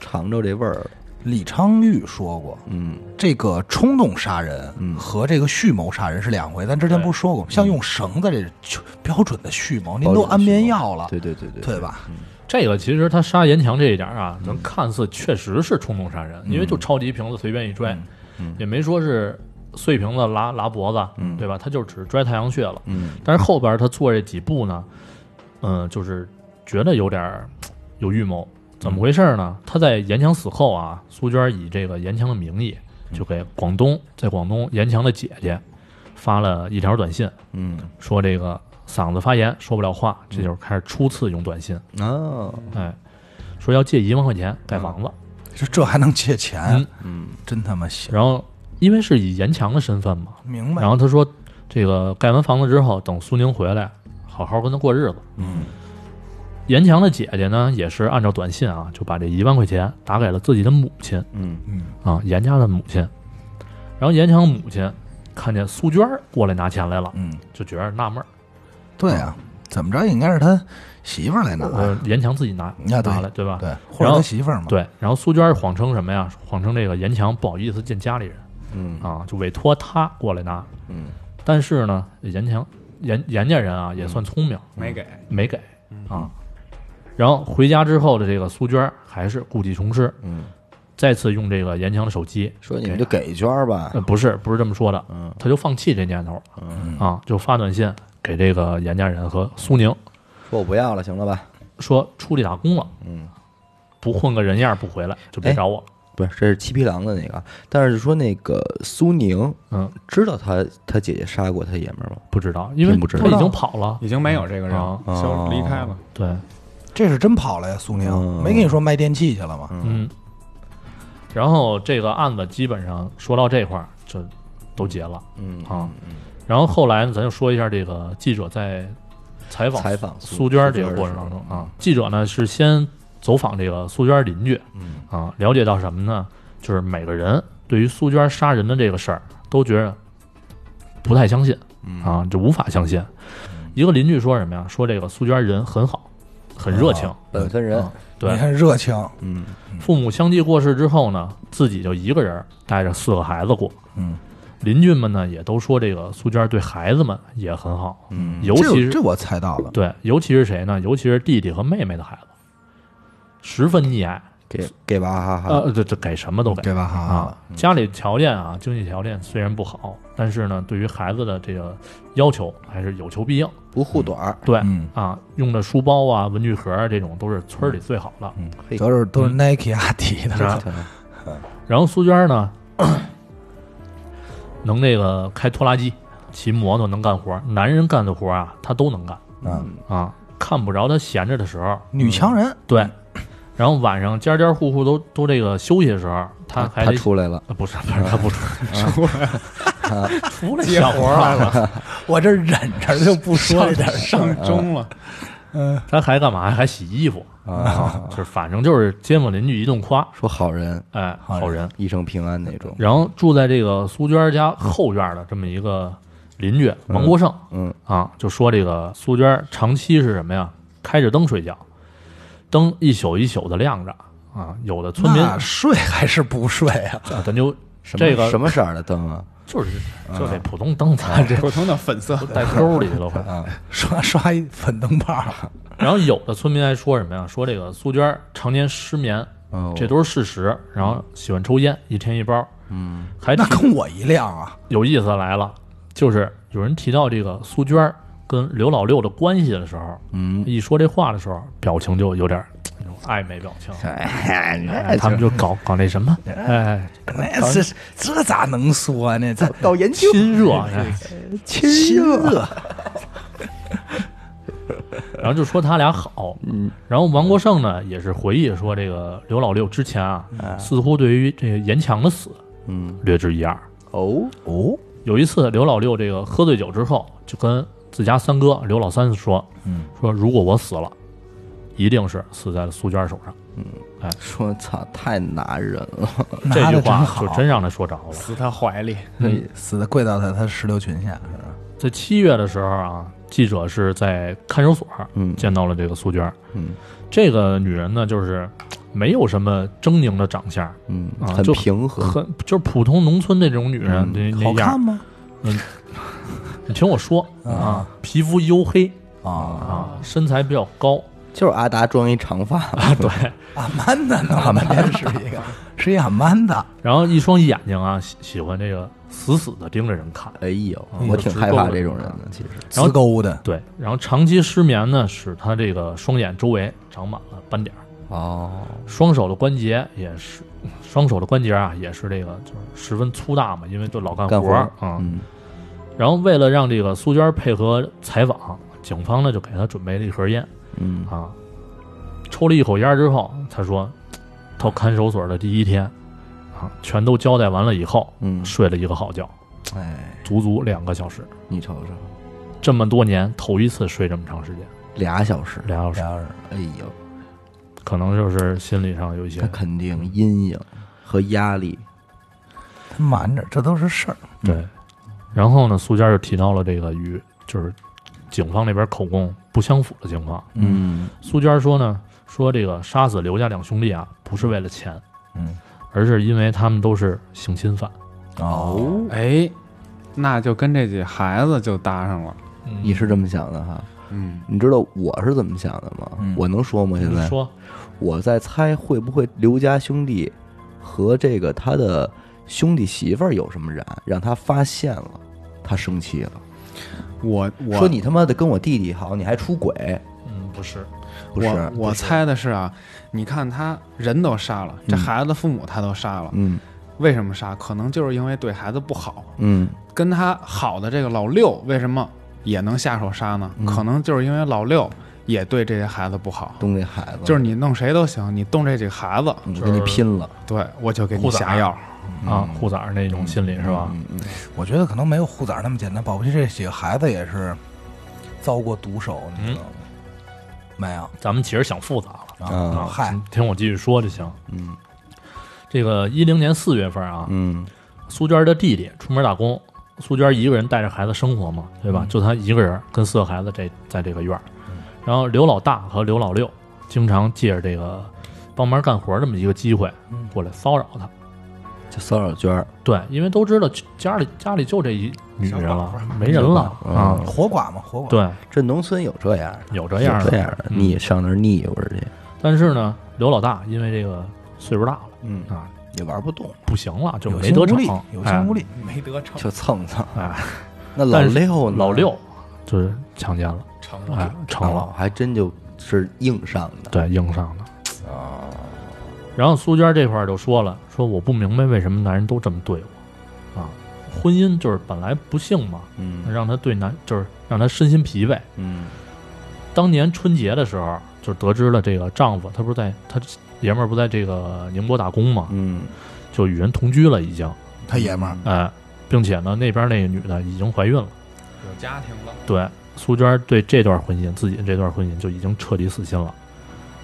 Speaker 3: 尝着这味儿了。
Speaker 1: 李昌钰说过，
Speaker 3: 嗯
Speaker 1: 这个冲动杀人和这个蓄谋杀人是两回，咱之前不是说过吗？像用绳子这是就标准的蓄谋，您都安眠药了，
Speaker 3: 对对对对，
Speaker 1: 对吧？
Speaker 2: 这个其实他杀严强这一点啊，
Speaker 3: 嗯
Speaker 2: 能看似确实是冲动杀人，因为就抄起一瓶子随便一拽，
Speaker 3: 嗯
Speaker 2: 也没说是碎瓶子拉拉脖子，对吧？他就只拽太阳穴了。
Speaker 3: 嗯
Speaker 2: 但是后边他做这几步呢，嗯，就是觉得有点儿嘖有预谋，怎么回事呢？他在严强死后啊，苏娟以这个严强的名义，
Speaker 3: 嗯
Speaker 2: 就给广东在广东严强的姐姐发了一条短信，
Speaker 3: 嗯
Speaker 2: 说这个嗓子发炎说不了话，这就是开始初次用短信。
Speaker 3: 啊，
Speaker 2: 哎，说要借一万块钱
Speaker 1: 嗯
Speaker 2: 盖房子。
Speaker 1: 这这还能借钱啊
Speaker 2: 嗯？
Speaker 3: 嗯
Speaker 1: 真他妈行，
Speaker 2: 然后因为是以严强的身份嘛，
Speaker 1: 明白
Speaker 2: 然？后他说这个盖完房子之后，等苏宁回来，好好跟他过日子。
Speaker 3: 嗯
Speaker 2: 严强的姐姐呢，也是按照短信啊，就把这一万块钱打给了自己的母亲
Speaker 3: 嗯
Speaker 1: 嗯，
Speaker 2: 啊，严家的母亲。然后严强母亲看见苏娟儿过来拿钱来了，
Speaker 1: 嗯，
Speaker 2: 就觉得纳闷儿，
Speaker 1: 对啊，怎么着也应该是他媳妇儿来拿，
Speaker 2: 呃，严强自己拿
Speaker 1: 啊对
Speaker 2: 拿来对吧？
Speaker 1: 对，或者他媳妇儿嘛，，
Speaker 2: 对，然后苏娟儿谎称什么呀？谎称这个严强不好意思见家里人，
Speaker 3: 嗯
Speaker 2: 啊，就委托他过来拿。
Speaker 3: 嗯
Speaker 2: 但是呢，严强严严家人啊也算聪明，
Speaker 5: 没给，嗯
Speaker 2: 没给啊。然后回家之后的这个苏娟儿还是故技重施，
Speaker 3: 嗯，
Speaker 2: 再次用这个严强的手机
Speaker 3: 说你们就给一圈儿吧
Speaker 2: 呃，，不是不是这么说的，
Speaker 3: 嗯
Speaker 2: 他就放弃这念头了，啊，就发短信给这个严家人和苏宁
Speaker 3: 说我不要了，行了吧？
Speaker 2: 说出去打工了，
Speaker 3: 嗯，
Speaker 2: 不混个人样儿不回来就别
Speaker 3: 哎
Speaker 2: 找我了，
Speaker 3: 不是，这是七匹狼的那个，啊但是说那个苏宁
Speaker 2: 嗯，
Speaker 3: 知道他他姐姐杀过他爷们儿吗？
Speaker 2: 不知道，因为
Speaker 3: 真不知
Speaker 2: 他已
Speaker 3: 道
Speaker 2: 经跑了，
Speaker 5: 已经没有这个人
Speaker 2: 啊，
Speaker 5: 就离开了。
Speaker 2: 对，
Speaker 1: 这是真跑了呀，苏宁
Speaker 3: 嗯
Speaker 1: 没跟你说卖电器去了吗？
Speaker 2: 嗯，然后这个案子基本上说到这块儿就都结了
Speaker 3: 嗯
Speaker 2: 啊。然后后来呢，咱就说一下这个记者在采访
Speaker 3: 嗯采访
Speaker 2: 苏娟儿这个过程当中啊，，记者呢是先走访这个苏娟儿邻居
Speaker 3: 嗯
Speaker 2: 啊，了解到什么呢？就是每个人对于苏娟儿杀人的这个事儿都觉着不太相信啊，就无法相信。一个邻居说什么呀？说这个苏娟人很好，很热情。
Speaker 3: 本嗯分
Speaker 2: 啊
Speaker 3: 人，
Speaker 1: 你
Speaker 2: 对，
Speaker 1: 看热情，
Speaker 3: 嗯，
Speaker 2: 父母相继过世之后呢，自己就一个人带着四个孩子过。
Speaker 1: 嗯，
Speaker 2: 邻居们呢也都说这个苏娟对孩子们也很好，
Speaker 3: 嗯
Speaker 2: 尤
Speaker 1: 这
Speaker 2: 其
Speaker 1: 我
Speaker 2: 是
Speaker 1: 这我猜到了，
Speaker 2: 对，尤其是谁呢？尤其是弟弟和妹妹的孩子，十分溺爱。
Speaker 3: 给给娃哈哈，
Speaker 2: 呃，这这给什么都给
Speaker 1: 对吧？哈
Speaker 2: 啊
Speaker 1: 哈，。
Speaker 2: 家里条件啊，经济条件虽然不好，但是呢，对于孩子的这个要求还是有求必应。
Speaker 3: 不护短儿，
Speaker 2: 对
Speaker 1: 嗯，
Speaker 2: 啊，用的书包啊、文具盒啊这种都是村儿里最好的。
Speaker 3: 嘿
Speaker 1: 主要是都是 Nike、阿迪的，
Speaker 2: 嗯啊然后苏娟呢， 能那个开拖拉机、骑摩托，能干活儿，男人干的活儿啊，她都能干
Speaker 1: 嗯，
Speaker 2: 啊。看不着她闲着的时候，
Speaker 1: 女强人，
Speaker 2: 对。然后晚上家家户户都都这个休息的时候，她还
Speaker 3: 他
Speaker 2: 得
Speaker 3: 出来了，
Speaker 2: 啊不是不是她不出来 出来出来小啊活了，
Speaker 1: 我这忍着就不说这点事儿。
Speaker 5: 上钟了，
Speaker 2: 她还干嘛？还洗衣服啊，就是反正就是街坊邻居一顿夸，
Speaker 3: 说好人，
Speaker 2: 哎，好人。
Speaker 3: 一生平安那种，
Speaker 2: 然后住在这个苏娟家后院的这么一个邻居王国胜，
Speaker 3: 嗯
Speaker 2: 啊，就说这个苏娟长期是什么呀？开着灯睡觉，灯一宿一宿的亮着啊。有的村民，
Speaker 1: 那睡还是不睡啊？
Speaker 2: 啊咱就
Speaker 3: 什
Speaker 2: 这
Speaker 3: 么
Speaker 2: 个
Speaker 3: 什么色儿的 灯啊？
Speaker 2: 就是就这普通灯，咱这
Speaker 5: 普通的粉色，
Speaker 2: 带兜里去了快。
Speaker 3: 啊
Speaker 1: 刷刷一粉灯泡，
Speaker 2: 然后有的村民还说什么呀？说这个苏娟常年失眠，
Speaker 3: 哦
Speaker 2: 这都是事实。然后喜欢抽烟，一天一包，嗯，还提
Speaker 1: 那跟我一辆啊！
Speaker 2: 有意思的来了，就是有人提到这个苏娟儿跟刘老六的关系的时候，嗯，一说这话的时候，表情就有点儿那种暧昧表情，哎，他们就搞搞那什么，哎，
Speaker 1: 那这这咋能说呢？这
Speaker 3: 搞研
Speaker 2: 亲热，哎，
Speaker 1: 亲热，
Speaker 2: 然后就说他俩好，嗯，然后王国胜呢也是回忆说，这个刘老六之前啊，似乎对于这个严强的死，嗯，略知一二。
Speaker 3: 哦，
Speaker 1: 哦，
Speaker 2: 有一次，刘老六这个喝醉酒之后，就跟自家三哥刘老三说：“
Speaker 1: 嗯，
Speaker 2: 说如果我死了，一定是死在了苏娟手上。
Speaker 3: 说操，太拿人 了，”
Speaker 2: 这
Speaker 1: 拿
Speaker 2: 句
Speaker 1: 的真
Speaker 2: 话
Speaker 1: 好嗯
Speaker 2: 就，真让他说着了。
Speaker 5: 死他怀里，
Speaker 1: 死的跪倒在他石榴裙下，是吧？
Speaker 2: 在七月的时候啊，记者是在看守所
Speaker 3: 嗯
Speaker 2: 见到了这个苏娟。
Speaker 3: 嗯
Speaker 2: 这个女人呢，就是没有什么狰狞的长相，
Speaker 3: 嗯，
Speaker 2: 啊
Speaker 3: 很
Speaker 2: 就
Speaker 3: 平和，
Speaker 2: 很就是普通农村那种女人
Speaker 3: 嗯
Speaker 2: 那
Speaker 1: 嗯
Speaker 2: 那
Speaker 1: 好
Speaker 2: 样
Speaker 1: 看
Speaker 2: 儿。
Speaker 1: 吗？
Speaker 2: 你听我说啊，皮肤黝黑
Speaker 1: 啊，
Speaker 2: 啊，身材比较高，
Speaker 3: 就是阿达装一长发，
Speaker 2: 啊对，
Speaker 1: 阿曼达呢？我们天是一个，是一阿曼达，
Speaker 2: 然后一双眼睛啊，喜喜欢这个死死的盯着人看。
Speaker 3: 哎呦，
Speaker 2: 嗯
Speaker 3: 我挺害怕这种人的，其实
Speaker 2: 然后
Speaker 1: 自勾的，
Speaker 2: 对，然后长期失眠呢，使他这个双眼周围长满了斑点儿，
Speaker 3: 哦，
Speaker 2: 双手的关节也是，双手的关节啊也是这个就是十分粗大嘛，因为就老干
Speaker 3: 干
Speaker 2: 活
Speaker 3: 活
Speaker 2: 儿
Speaker 3: 儿
Speaker 2: 啊、
Speaker 3: 嗯，
Speaker 2: 然后为了让这个苏娟配合采访，警方呢就给他准备了一盒烟，
Speaker 3: 嗯
Speaker 2: 啊，抽了一口烟之后，他说，到看守所的第一天啊，全都交代完了以后，
Speaker 3: 嗯
Speaker 2: 睡了一个好觉，
Speaker 1: 哎，
Speaker 2: 足足两个小时。
Speaker 3: 你瞅瞅，
Speaker 2: 这么多年头一次睡这么长时间，
Speaker 3: 俩小时，
Speaker 2: 俩小时，
Speaker 1: 俩人
Speaker 3: 哎呦，
Speaker 2: 可能就是心理上有一些
Speaker 3: 他肯定阴影和压力，
Speaker 1: 他瞒着，这都是事儿。
Speaker 2: 对。然后呢，苏娟就提到了这个与就是警方那边口供不相符的情况。
Speaker 3: 嗯
Speaker 2: 苏娟说呢，说这个杀死刘家两兄弟啊，不是为了钱，
Speaker 1: 嗯，
Speaker 2: 而是因为他们都是性侵犯。
Speaker 1: 哦，
Speaker 5: 哎，那就跟这几孩子就搭上了，
Speaker 2: 嗯
Speaker 3: 你是这么想的哈？
Speaker 5: 嗯，
Speaker 3: 你知道我是怎么想的吗？
Speaker 1: 嗯
Speaker 3: 我能说吗？现
Speaker 2: 你
Speaker 3: 在
Speaker 2: 说
Speaker 3: 我在猜会不会刘家兄弟和这个他的兄弟媳妇儿有什么染，让他发现了，他生气了，
Speaker 5: 我我
Speaker 3: 说你他妈的跟我弟弟好，你还出轨，
Speaker 2: 嗯，不是，
Speaker 3: 不是？
Speaker 5: 我我猜的是啊，你看他人都杀了，这
Speaker 3: 嗯
Speaker 5: 孩子的父母他都杀了，
Speaker 3: 嗯
Speaker 5: 为什么杀？可能就是因为对孩子不好，
Speaker 3: 嗯
Speaker 5: 跟他好的这个老六为什么也能下手杀呢？可能就是因为老六也对这些孩子不好，
Speaker 3: 动这孩子
Speaker 5: 就是你弄谁都行，你动这几个孩子，
Speaker 3: 嗯我跟你拼了，
Speaker 5: 对我就给你
Speaker 2: 护崽
Speaker 5: 下药。
Speaker 2: 啊，护崽儿那种心理是吧？
Speaker 1: 我觉得可能没有护崽儿那么简单，保不齐这几个孩子也是遭过毒手，你知道吗？
Speaker 2: 嗯
Speaker 1: 没有
Speaker 2: 咱们其实想复杂了。
Speaker 1: 啊，嗨，
Speaker 2: 听我继续说就行。嗯，这个一零年四月份啊，
Speaker 3: 嗯
Speaker 2: 苏娟儿的弟弟出门打工，苏娟儿一个人带着孩子生活嘛，对吧？就她一个人跟四个孩子这在这个院儿，然后刘老大和刘老六经常借着这个帮忙干活这么一个机会过来骚扰她。
Speaker 3: 就骚扰娟儿，
Speaker 2: 对，因为都知道家里家里就这一女人了，没人了啊。
Speaker 1: 活寡嘛，活寡。
Speaker 2: 对，
Speaker 3: 这农村有这样的，
Speaker 2: 有这样
Speaker 3: 有这
Speaker 2: 的。
Speaker 3: 样的，
Speaker 2: 嗯
Speaker 3: 你上那儿腻歪着去，
Speaker 2: 但是呢，刘老大因为这个岁数大了
Speaker 3: 嗯
Speaker 2: 啊，
Speaker 3: 也玩不动，
Speaker 2: 不行了，就
Speaker 1: 有
Speaker 2: 没
Speaker 1: 心
Speaker 2: 得
Speaker 1: 无
Speaker 2: 逞
Speaker 1: 力，，有心无力，没得逞。
Speaker 3: 就蹭蹭。
Speaker 2: 哎。 哎，
Speaker 3: 那老
Speaker 2: 但是
Speaker 3: 六呢
Speaker 2: 哎老六就是强奸了，
Speaker 5: 成
Speaker 2: 哎，成
Speaker 3: 长
Speaker 2: 了
Speaker 3: 老，还真就是硬上的，
Speaker 2: 对，硬上的。然后苏娟这块儿就说了，说我不明白为什么男人都这么对我，啊，婚姻就是本来不幸嘛，
Speaker 3: 嗯
Speaker 2: 让他对男就是让他身心疲惫。
Speaker 3: 嗯
Speaker 2: 当年春节的时候，就得知了这个丈夫，他不是在他爷们儿不在这个宁波打工嘛，
Speaker 3: 嗯，
Speaker 2: 就与人同居了已经，
Speaker 1: 他爷们儿
Speaker 2: 哎，并且呢那边那个女的已经怀孕了，
Speaker 5: 有家庭了，
Speaker 2: 对，苏娟对这段婚姻，自己这段婚姻就已经彻底死心了，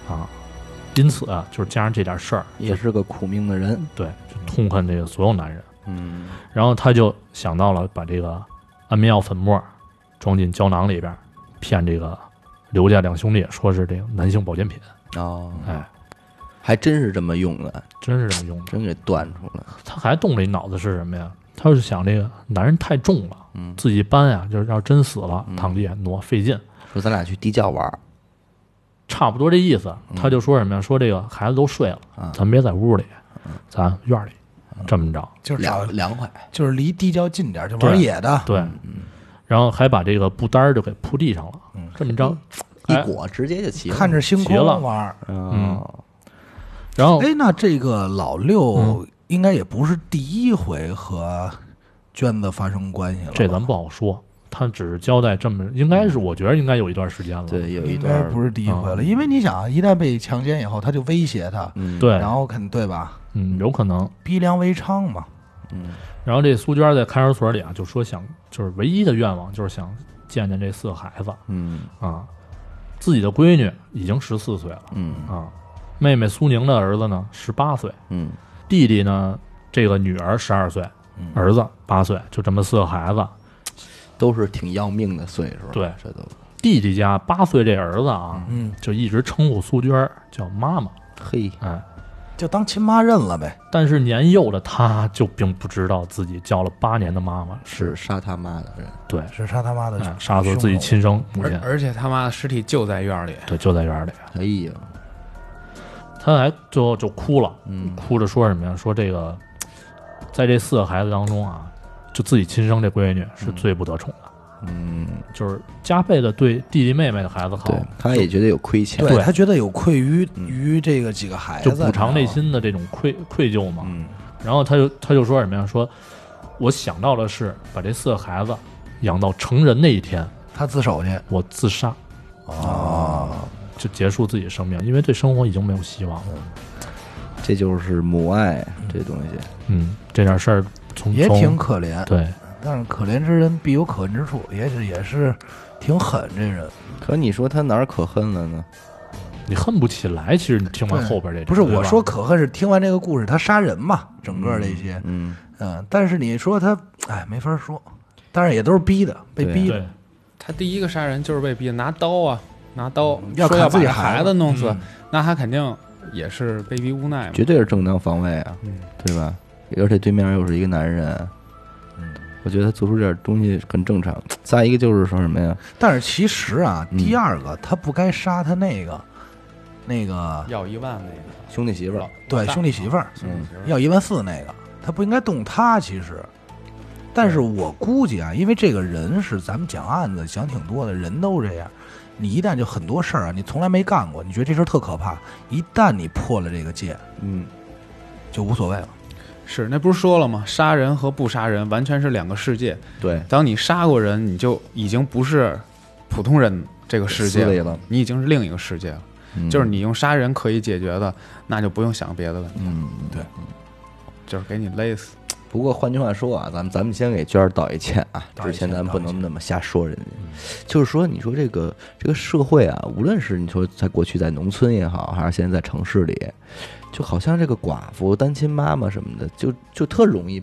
Speaker 2: 啊，因此啊，就是加上这点事儿，
Speaker 3: 也是个苦命的人，
Speaker 2: 对，就痛恨这个所有男人。
Speaker 3: 嗯
Speaker 2: 然后他就想到了把这个安眠药粉末装进胶囊里边，骗这个刘家两兄弟说是这个男性保健品，
Speaker 3: 哦，
Speaker 2: 哎，
Speaker 3: 还真是这么用的，
Speaker 2: 真是这么用的。
Speaker 3: 真给断出来，
Speaker 2: 他还动了一脑子是什么呀？他就是想这个男人太重了，自己搬呀，就是要真死了躺地下挪费劲，
Speaker 3: 说咱俩去地窖玩儿，
Speaker 2: 差不多这意思。他就说什么呀？说这个孩子都睡了，咱别在屋里，咱院里，这么着。
Speaker 1: 就是找
Speaker 3: 凉，凉快，
Speaker 1: 就是离地窖近点儿，就玩
Speaker 2: 对
Speaker 1: 野的。
Speaker 2: 对，然后还把这个布单儿就给铺地上了，这么着。
Speaker 3: 一
Speaker 2: 哎
Speaker 3: 裹直接就齐了，
Speaker 1: 看着星
Speaker 2: 急
Speaker 1: 空
Speaker 2: 了哦
Speaker 1: 玩儿。
Speaker 3: 哦，
Speaker 2: 然后
Speaker 1: 哎，那这个老
Speaker 2: 嗯
Speaker 1: 六应该也不是第一回和娟子发生关系了吧，
Speaker 2: 这咱不好说，他只是交代这么，应该
Speaker 1: 嗯
Speaker 2: 是我觉得应该有一段时间了。
Speaker 3: 对，有一
Speaker 1: 应该
Speaker 3: 段
Speaker 1: 不是第一回了，因为你想啊，一旦被强奸以后，他就威胁他，
Speaker 3: 嗯
Speaker 2: 对
Speaker 1: 然后肯对吧，
Speaker 2: 嗯，有可能。
Speaker 1: 逼良为娼嘛，
Speaker 2: 然后这苏娟在看守所里啊，就说想就是唯一的愿望就是想见见这四个孩子
Speaker 3: 嗯
Speaker 2: 啊，自己的闺女已经十四岁了
Speaker 3: 嗯
Speaker 2: 啊，妹妹苏宁的儿子呢十八岁，
Speaker 3: 嗯
Speaker 2: 弟弟呢这个女儿十二岁，
Speaker 1: 嗯
Speaker 2: 儿子八岁，就这么四个孩子。
Speaker 3: 都是挺要命的岁数，
Speaker 2: 对
Speaker 3: 这都
Speaker 2: 弟弟家八岁这儿子啊，
Speaker 1: 嗯，
Speaker 2: 就一直称呼苏娟叫妈妈，
Speaker 3: 嘿，
Speaker 2: 哎，
Speaker 1: 就当亲妈认了呗。
Speaker 2: 但是年幼的他就并不知道自己叫了八年的妈妈
Speaker 3: 是杀他妈的人，
Speaker 2: 对，
Speaker 1: 是杀他妈的
Speaker 2: 哎，杀死了自己亲生母亲
Speaker 5: 而，而且他妈的尸体就在院里，
Speaker 2: 对，就在院里。
Speaker 3: 哎呀，
Speaker 2: 他还最后就哭了，
Speaker 3: 嗯
Speaker 2: 哭着说什么呀？说这个，在这四个孩子当中啊，就自己亲生这闺女是最不得宠的，
Speaker 3: 嗯，
Speaker 2: 就是加倍的对弟弟妹妹的孩子好
Speaker 3: 对，，他也觉得有亏欠，
Speaker 1: 对他觉得有愧于于这个几个孩子，
Speaker 2: 嗯就补偿内
Speaker 1: 你知道吗
Speaker 2: 心的这种愧愧疚嘛。
Speaker 3: 嗯
Speaker 2: 然后他就他就说什么呀？说我想到的是把这四个孩子养到成人那一天，
Speaker 1: 他自首去，
Speaker 2: 我自杀。哦，
Speaker 1: 哦
Speaker 2: 就结束自己生命，因为对生活已经没有希望了。
Speaker 3: 这就是母爱这东西，
Speaker 2: 嗯，这点事儿从
Speaker 1: 也
Speaker 2: 从
Speaker 1: 挺可怜。
Speaker 2: 对，
Speaker 1: 但是可怜之人必有可恨之处，也是也是挺狠这人。
Speaker 3: 可你说他哪儿可恨了呢？
Speaker 2: 你恨不起来。其实你听完
Speaker 1: 对
Speaker 2: 后边这段，
Speaker 1: 不是
Speaker 2: 对吧
Speaker 1: 我说，可恨是听完这个故事，他杀人嘛，整个这些，
Speaker 3: 嗯，
Speaker 1: 嗯，但是你说他，哎，没法说，但是也都是逼的，被
Speaker 3: 对
Speaker 1: 逼的。
Speaker 2: 对，
Speaker 5: 他第一个杀人就是被逼的，拿刀啊，拿刀
Speaker 1: 要
Speaker 5: 说
Speaker 1: 砍
Speaker 5: 要
Speaker 1: 自
Speaker 5: 把
Speaker 1: 己
Speaker 5: 这
Speaker 1: 孩
Speaker 5: 孩
Speaker 1: 子
Speaker 5: 子弄死
Speaker 2: 嗯，
Speaker 5: 那他肯定也是被逼无奈嘛。
Speaker 3: 绝对是正当防卫啊，
Speaker 5: 嗯
Speaker 3: 对吧？而且对面又是一个男人，
Speaker 5: 嗯
Speaker 3: 我觉得他做出点东西很正常。再一个就是说什么呀？
Speaker 1: 但是其实啊，
Speaker 3: 嗯
Speaker 1: 第二个他不该杀他那个，那个
Speaker 5: 要一万那个
Speaker 3: 兄弟媳妇儿嗯
Speaker 5: 老，
Speaker 1: 对
Speaker 5: 老大啊
Speaker 1: 兄弟媳妇儿
Speaker 5: 兄弟媳妇儿
Speaker 1: 要一万四那个，他不应该动他。其实，但是我估计啊，因为这个人是咱们讲案子讲挺多的，人都这样。你一旦就很多事儿啊，你从来没干过，你觉得这事儿特可怕。一旦你破了这个戒，
Speaker 3: 嗯，
Speaker 1: 就无所谓了。
Speaker 5: 是那不是说了吗？杀人和不杀人完全是两个世界。
Speaker 3: 对，
Speaker 5: 当你杀过人，你就已经不是普通人这个世界
Speaker 3: 思维
Speaker 5: 了，
Speaker 3: 了，
Speaker 5: 你已经是另一个世界了。
Speaker 3: 嗯
Speaker 5: 就是你用杀人可以解决的，那就不用想别的了，
Speaker 3: 嗯。
Speaker 5: 就是给你勒死。
Speaker 3: 不过换句话说啊，咱们咱们先给娟儿道一歉啊，
Speaker 1: 道一歉
Speaker 3: 之前咱们不能那么瞎说人家。就是说，你说这个这个社会啊，无论是你说在过去在农村也好，还是现在在城市里，就好像这个寡妇、单亲妈妈什么的，就就特容易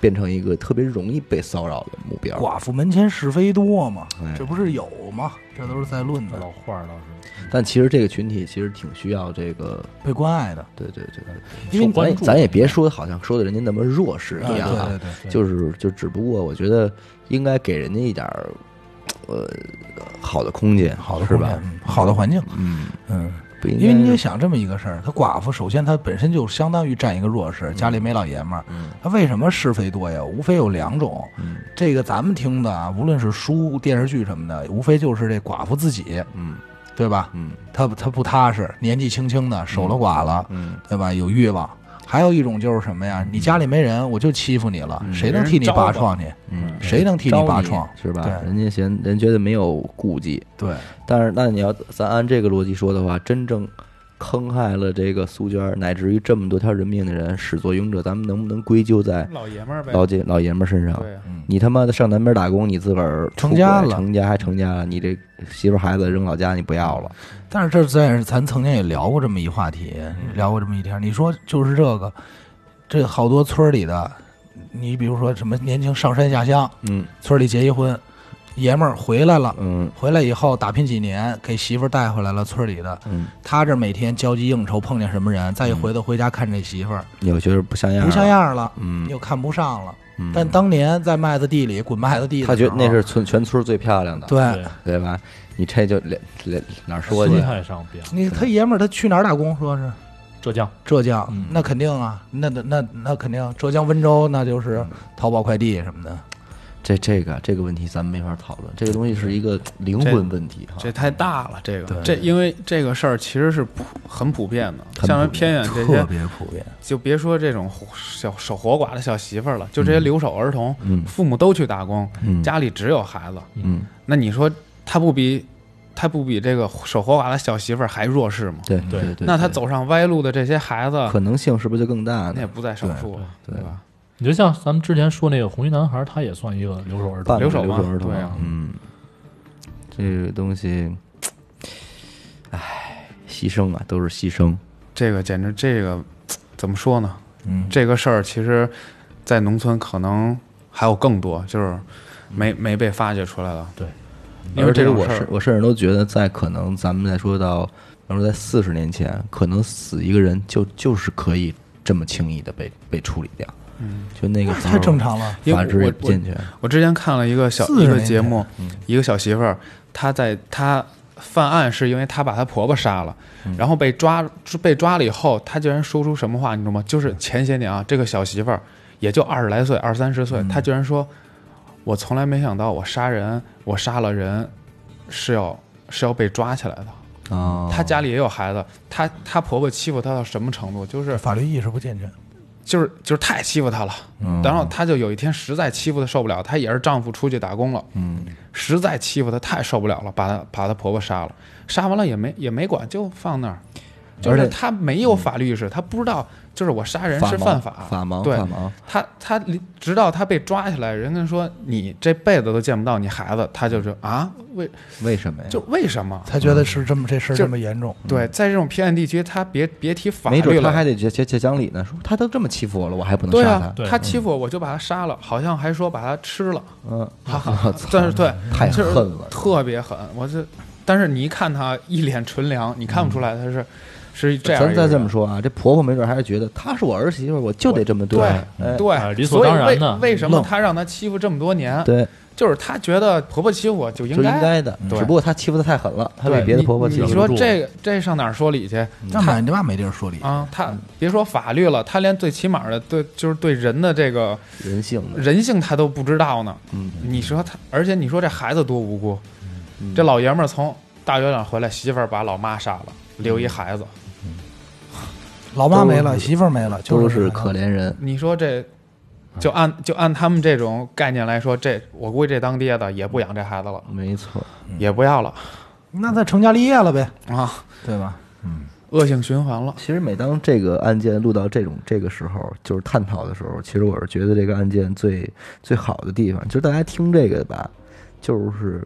Speaker 3: 变成一个特别容易被骚扰的目标。
Speaker 1: 寡妇门前是非多嘛，
Speaker 3: 哎
Speaker 1: 这不是有吗？这都是在论
Speaker 2: 这
Speaker 1: 的，
Speaker 2: 老话儿倒是
Speaker 3: 但其实这个群体其实挺需要这个，
Speaker 1: 被关爱的，
Speaker 3: 对对对，
Speaker 1: 因为
Speaker 2: 受
Speaker 3: 咱也
Speaker 2: 关注
Speaker 3: 咱也别说好像说的人家那么弱势
Speaker 1: 啊
Speaker 3: 一样啊，
Speaker 1: 对对对，
Speaker 2: 对
Speaker 3: 就是就只不过我觉得应该给人家一点儿，呃，好的空间，
Speaker 1: 好的
Speaker 3: 是
Speaker 1: 空
Speaker 3: 吧
Speaker 1: 间？，嗯好的环境，
Speaker 3: 嗯，
Speaker 1: 嗯，
Speaker 3: 不应该
Speaker 1: 因为你也想这么一个事儿，她寡妇首先她本身就相当于占一个弱势，家里没老爷们儿，
Speaker 3: 嗯
Speaker 1: 她为什么是非多呀？无非有两种，
Speaker 3: 嗯
Speaker 1: 这个咱们听的啊，无论是书、电视剧什么的，无非就是这寡妇自己，
Speaker 3: 嗯
Speaker 1: 对吧？
Speaker 3: 嗯
Speaker 1: 她她不踏实，年纪轻轻的守了寡了，
Speaker 3: 嗯，
Speaker 1: 对吧？有欲望。还有一种就是什么呀？你家里没人，我就欺负你了，谁能替你拔创去？
Speaker 3: 嗯
Speaker 1: 谁能替
Speaker 3: 招
Speaker 1: 拔创？
Speaker 3: 是吧
Speaker 1: 对？
Speaker 3: 人家嫌人觉得没有顾忌，
Speaker 1: 对，
Speaker 3: 但是那你要咱按这个逻辑说的话，真正坑害了这个苏娟儿，乃至于这么多条人命的人，始作俑者，咱们能不能归咎在
Speaker 5: 老爷们儿呗，
Speaker 3: 老姐老爷们儿身上？
Speaker 5: 对啊，
Speaker 1: 嗯，
Speaker 3: 你他妈的上南边打工，你自个儿
Speaker 1: 成
Speaker 3: 出轨
Speaker 1: 家了
Speaker 3: 成家还成家了，你这媳妇儿孩子扔老家，你不要了，
Speaker 1: 但是这咱咱曾经也聊过这么一话题，
Speaker 3: 嗯
Speaker 1: 聊过这么一天。你说就是这个，这好多村儿里的，你比如说什么年轻上山下乡，
Speaker 3: 嗯
Speaker 1: 村儿里结一婚，爷们儿回来了，
Speaker 3: 嗯
Speaker 1: 回来以后打拼几年，给媳妇儿带回来了村儿里的，
Speaker 3: 嗯，
Speaker 1: 他这每天交际应酬，碰见什么人，再一回头回家看这媳妇儿
Speaker 3: 有觉得不像样，
Speaker 1: 不像，样儿了，
Speaker 3: 哎嗯，
Speaker 1: 又看不上了。
Speaker 3: 嗯
Speaker 1: 但当年在麦子地里滚麦子地的时
Speaker 3: 他
Speaker 1: 候，
Speaker 3: 觉得那是村全村最漂亮的，
Speaker 1: 啊对。
Speaker 3: 对吧？你这就连连哪儿说去
Speaker 2: 心？态上变了。
Speaker 1: 你他爷们儿他去哪儿打工？说是
Speaker 2: 浙江
Speaker 1: 浙江，
Speaker 2: 嗯
Speaker 1: 那肯定啊，那那那那肯定，浙江温州那就是淘宝快递什么的。
Speaker 3: 这这个这个问题咱们没法讨论，这个东西是一个灵魂问题哈。
Speaker 5: 这太大了，这
Speaker 1: 对
Speaker 5: 个这因为这个事儿其实是普很普遍的，
Speaker 3: 很
Speaker 5: 像
Speaker 3: 普遍
Speaker 5: 偏 远这些，
Speaker 1: 别普遍，
Speaker 5: 就别说这种小守活寡的小媳妇儿了，就这些留守儿童，
Speaker 3: 嗯
Speaker 5: 父母都去打工，
Speaker 3: 嗯
Speaker 5: 家里只有孩子，
Speaker 3: 嗯，
Speaker 5: 那你说他不比他不比这个守活寡的小媳妇儿还弱势吗？
Speaker 3: 对
Speaker 2: 对
Speaker 3: 对对，
Speaker 5: 那他走上歪路的这些孩子，
Speaker 3: 可能性是不是就更大
Speaker 5: 那也
Speaker 3: 呢？
Speaker 5: 不在少数了，
Speaker 3: 对
Speaker 5: 对
Speaker 3: 对
Speaker 5: 吧？
Speaker 2: 你就像咱们之前说那个红衣男孩，他也算一个留守儿童
Speaker 3: 伴，
Speaker 5: 留守
Speaker 3: 留
Speaker 5: 嘛
Speaker 3: 守儿童
Speaker 5: 对啊，
Speaker 3: 嗯，这个东西，唉，牺牲啊，都是牺牲。
Speaker 5: 这个简直这个怎么说呢？
Speaker 1: 嗯，
Speaker 5: 这个事儿其实，在农村可能还有更多，就是没没被发掘出来了。
Speaker 2: 对，
Speaker 5: 因为这
Speaker 3: 个
Speaker 5: 种
Speaker 3: 我
Speaker 5: 事
Speaker 3: 甚
Speaker 5: 儿，
Speaker 3: 我甚至都觉得，在可能咱们再说到，比如说在四十年前，可能死一个人就就是可以这么轻易的被被处理掉，
Speaker 5: 嗯，
Speaker 3: 就那个时候
Speaker 1: 太正常了。
Speaker 5: 因
Speaker 3: 法制
Speaker 5: 为
Speaker 3: 也
Speaker 5: 我
Speaker 3: 不
Speaker 5: 我
Speaker 3: 健全。
Speaker 5: 我之前看了一个小
Speaker 1: 40
Speaker 5: 一个
Speaker 1: 年
Speaker 5: 节
Speaker 1: 前嗯
Speaker 5: 目，一个小媳妇儿，她在她犯案是因为她把她婆婆杀了，
Speaker 1: 嗯
Speaker 5: 然后被抓被抓了以后，她竟然说出什么话，你知道吗？就是前些年啊，这个小媳妇儿也就二十来岁，二三十
Speaker 1: 嗯
Speaker 5: 岁，她居然说：“我从来没想到我杀人，我杀了人是要是要被抓起来的。”
Speaker 1: 哦
Speaker 3: 啊，
Speaker 5: 她家里也有孩子，她她婆婆欺负她到什么程度？就是
Speaker 1: 法律意识不健全，
Speaker 5: 就是就是太欺负她了，
Speaker 3: 嗯
Speaker 5: 然后她就有一天实在欺负她受不了，她也是丈夫出去打工了，嗯，实在欺负她太受不了了，把她把她婆婆杀了，杀完了也没也没管，就放那儿，就
Speaker 3: 而且嗯
Speaker 5: 是她没有法律意识，她不知道就是我杀人
Speaker 3: 法
Speaker 5: 是
Speaker 3: 盲
Speaker 5: 犯
Speaker 3: 法盲
Speaker 5: 对
Speaker 3: 法盲，
Speaker 5: 她她直到她被抓起来，人家说你这辈子都见不到你孩子，她就说啊为
Speaker 3: 为什么哎呀？嗯
Speaker 5: 就为什么？
Speaker 1: 他觉得嗯是这么这事儿
Speaker 5: 就
Speaker 1: 这么严重，
Speaker 5: 对，在这种偏远地区，她别别提法律
Speaker 3: 没准他
Speaker 5: 了，
Speaker 3: 还得讲讲讲理呢，说他都这么欺负我了，我还不能
Speaker 5: 对
Speaker 3: 杀嗯
Speaker 5: 啊
Speaker 3: 他？，
Speaker 2: 对
Speaker 5: 他欺负我，我就把他杀了，好像还说把他吃了，
Speaker 3: 嗯，
Speaker 5: 哈
Speaker 3: 我
Speaker 5: 哈
Speaker 3: 操。
Speaker 5: 但是对，
Speaker 3: 太
Speaker 5: 就是
Speaker 3: 恨了
Speaker 5: 特别狠。我这，但是你一看他一脸纯良，你看不出来他是是这样一
Speaker 3: 咱
Speaker 5: 个
Speaker 3: 嗯
Speaker 5: 人。
Speaker 3: 再这么说啊，这婆婆没准还是觉得她是我儿媳妇儿，我就得这么
Speaker 5: 对嗯
Speaker 3: 哎
Speaker 2: 哎
Speaker 5: 对，
Speaker 2: 理所当然的
Speaker 5: 所以为为什么
Speaker 2: 愣
Speaker 5: 他让他欺负这么多年？
Speaker 3: 对，
Speaker 5: 就是他觉得婆婆欺负我就应
Speaker 3: 就应该的。只
Speaker 5: 对
Speaker 3: 不过她欺负的太狠了，她被
Speaker 5: 对
Speaker 3: 别的
Speaker 5: 你
Speaker 3: 婆婆欺
Speaker 5: 你
Speaker 3: 负。嗯
Speaker 5: 说这个这上哪儿说理去？
Speaker 1: 那
Speaker 5: 他
Speaker 1: 买你妈没地儿说理。
Speaker 5: 啊，他别说法律了，他连最起码的对就是对人的这个
Speaker 3: 人性的，
Speaker 5: 人性他都不知道呢。
Speaker 3: 嗯，
Speaker 5: 你说他，而且你说这孩子多无辜，这老爷们儿从大月亮回来，媳妇儿把老妈杀了，留一孩子。
Speaker 3: 嗯
Speaker 1: 老妈没了，媳妇儿没了，就
Speaker 3: 都
Speaker 1: 是
Speaker 3: 是
Speaker 1: 这样
Speaker 3: 可怜人。
Speaker 5: 你说这，就按就按他们这种概念来说，这我估计这当爹的也不养这孩子了，
Speaker 3: 没错，
Speaker 5: 也不要了
Speaker 1: 那再成家立业了呗，
Speaker 5: 啊，
Speaker 1: 对吧？
Speaker 5: 恶性循环了。
Speaker 3: 其实每当这个案件录到这种这个时候，就是探讨的时候，其实我是觉得这个案件最最好的地方，就是大家听这个吧，就是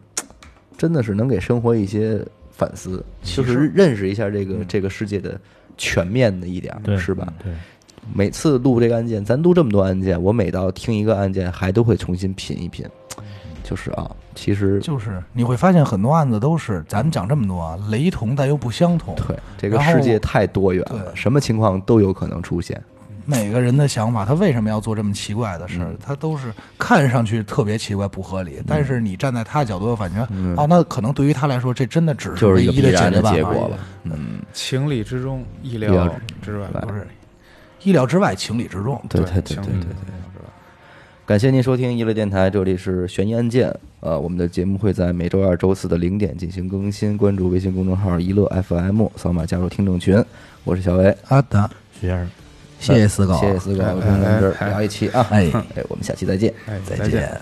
Speaker 3: 真的是能给生活一些反思，就是认识一下这个这个世界的全面的一点儿，
Speaker 2: 对
Speaker 3: 是吧？
Speaker 2: 对，
Speaker 3: 每次录这个案件，咱录这么多案件，我每到听一个案件，还都会重新品一品。就是啊，其实
Speaker 1: 就是你会发现很多案子都是咱们讲这么多啊，雷同但又不相同，
Speaker 3: 对这个
Speaker 1: 然后
Speaker 3: 世界太多元了，
Speaker 1: 对
Speaker 3: 什么情况都有可能出现。
Speaker 1: 每个人的想法，他为什么要做这么奇怪的事儿？他都是看上去特别奇怪不合理，但是你站在他角度反正哦，嗯那可能对于他来说，这真的只
Speaker 8: 就是
Speaker 1: 唯
Speaker 8: 一个
Speaker 1: 一
Speaker 8: 必
Speaker 1: 解
Speaker 8: 然
Speaker 1: 决
Speaker 8: 的
Speaker 1: 办
Speaker 8: 结
Speaker 1: 法。
Speaker 8: 果吧。
Speaker 5: 情理之中，意
Speaker 3: 意
Speaker 5: 料
Speaker 3: 料
Speaker 5: 之外，
Speaker 3: 外
Speaker 5: 不是
Speaker 1: 意料之外，情理之中。
Speaker 3: 对对对
Speaker 5: 情
Speaker 3: 对
Speaker 5: 理
Speaker 3: 对
Speaker 5: 之。
Speaker 3: 对
Speaker 5: 外是吧
Speaker 3: 感谢您收听娱乐电台，这里是悬疑案件。呃，我们的节目会在每周二、周四的零点进行更新，关注微信公众号“一乐 FM”，扫码加入听众群。我是小伟，
Speaker 1: 好的，
Speaker 2: 徐先生。
Speaker 1: 啊谢谢死狗，
Speaker 3: 谢谢四哥，我跟咱们这儿聊一期啊，
Speaker 1: 哎
Speaker 3: 哎，我们下期再见。
Speaker 5: 哎，
Speaker 1: 再
Speaker 5: 再见。
Speaker 1: 见。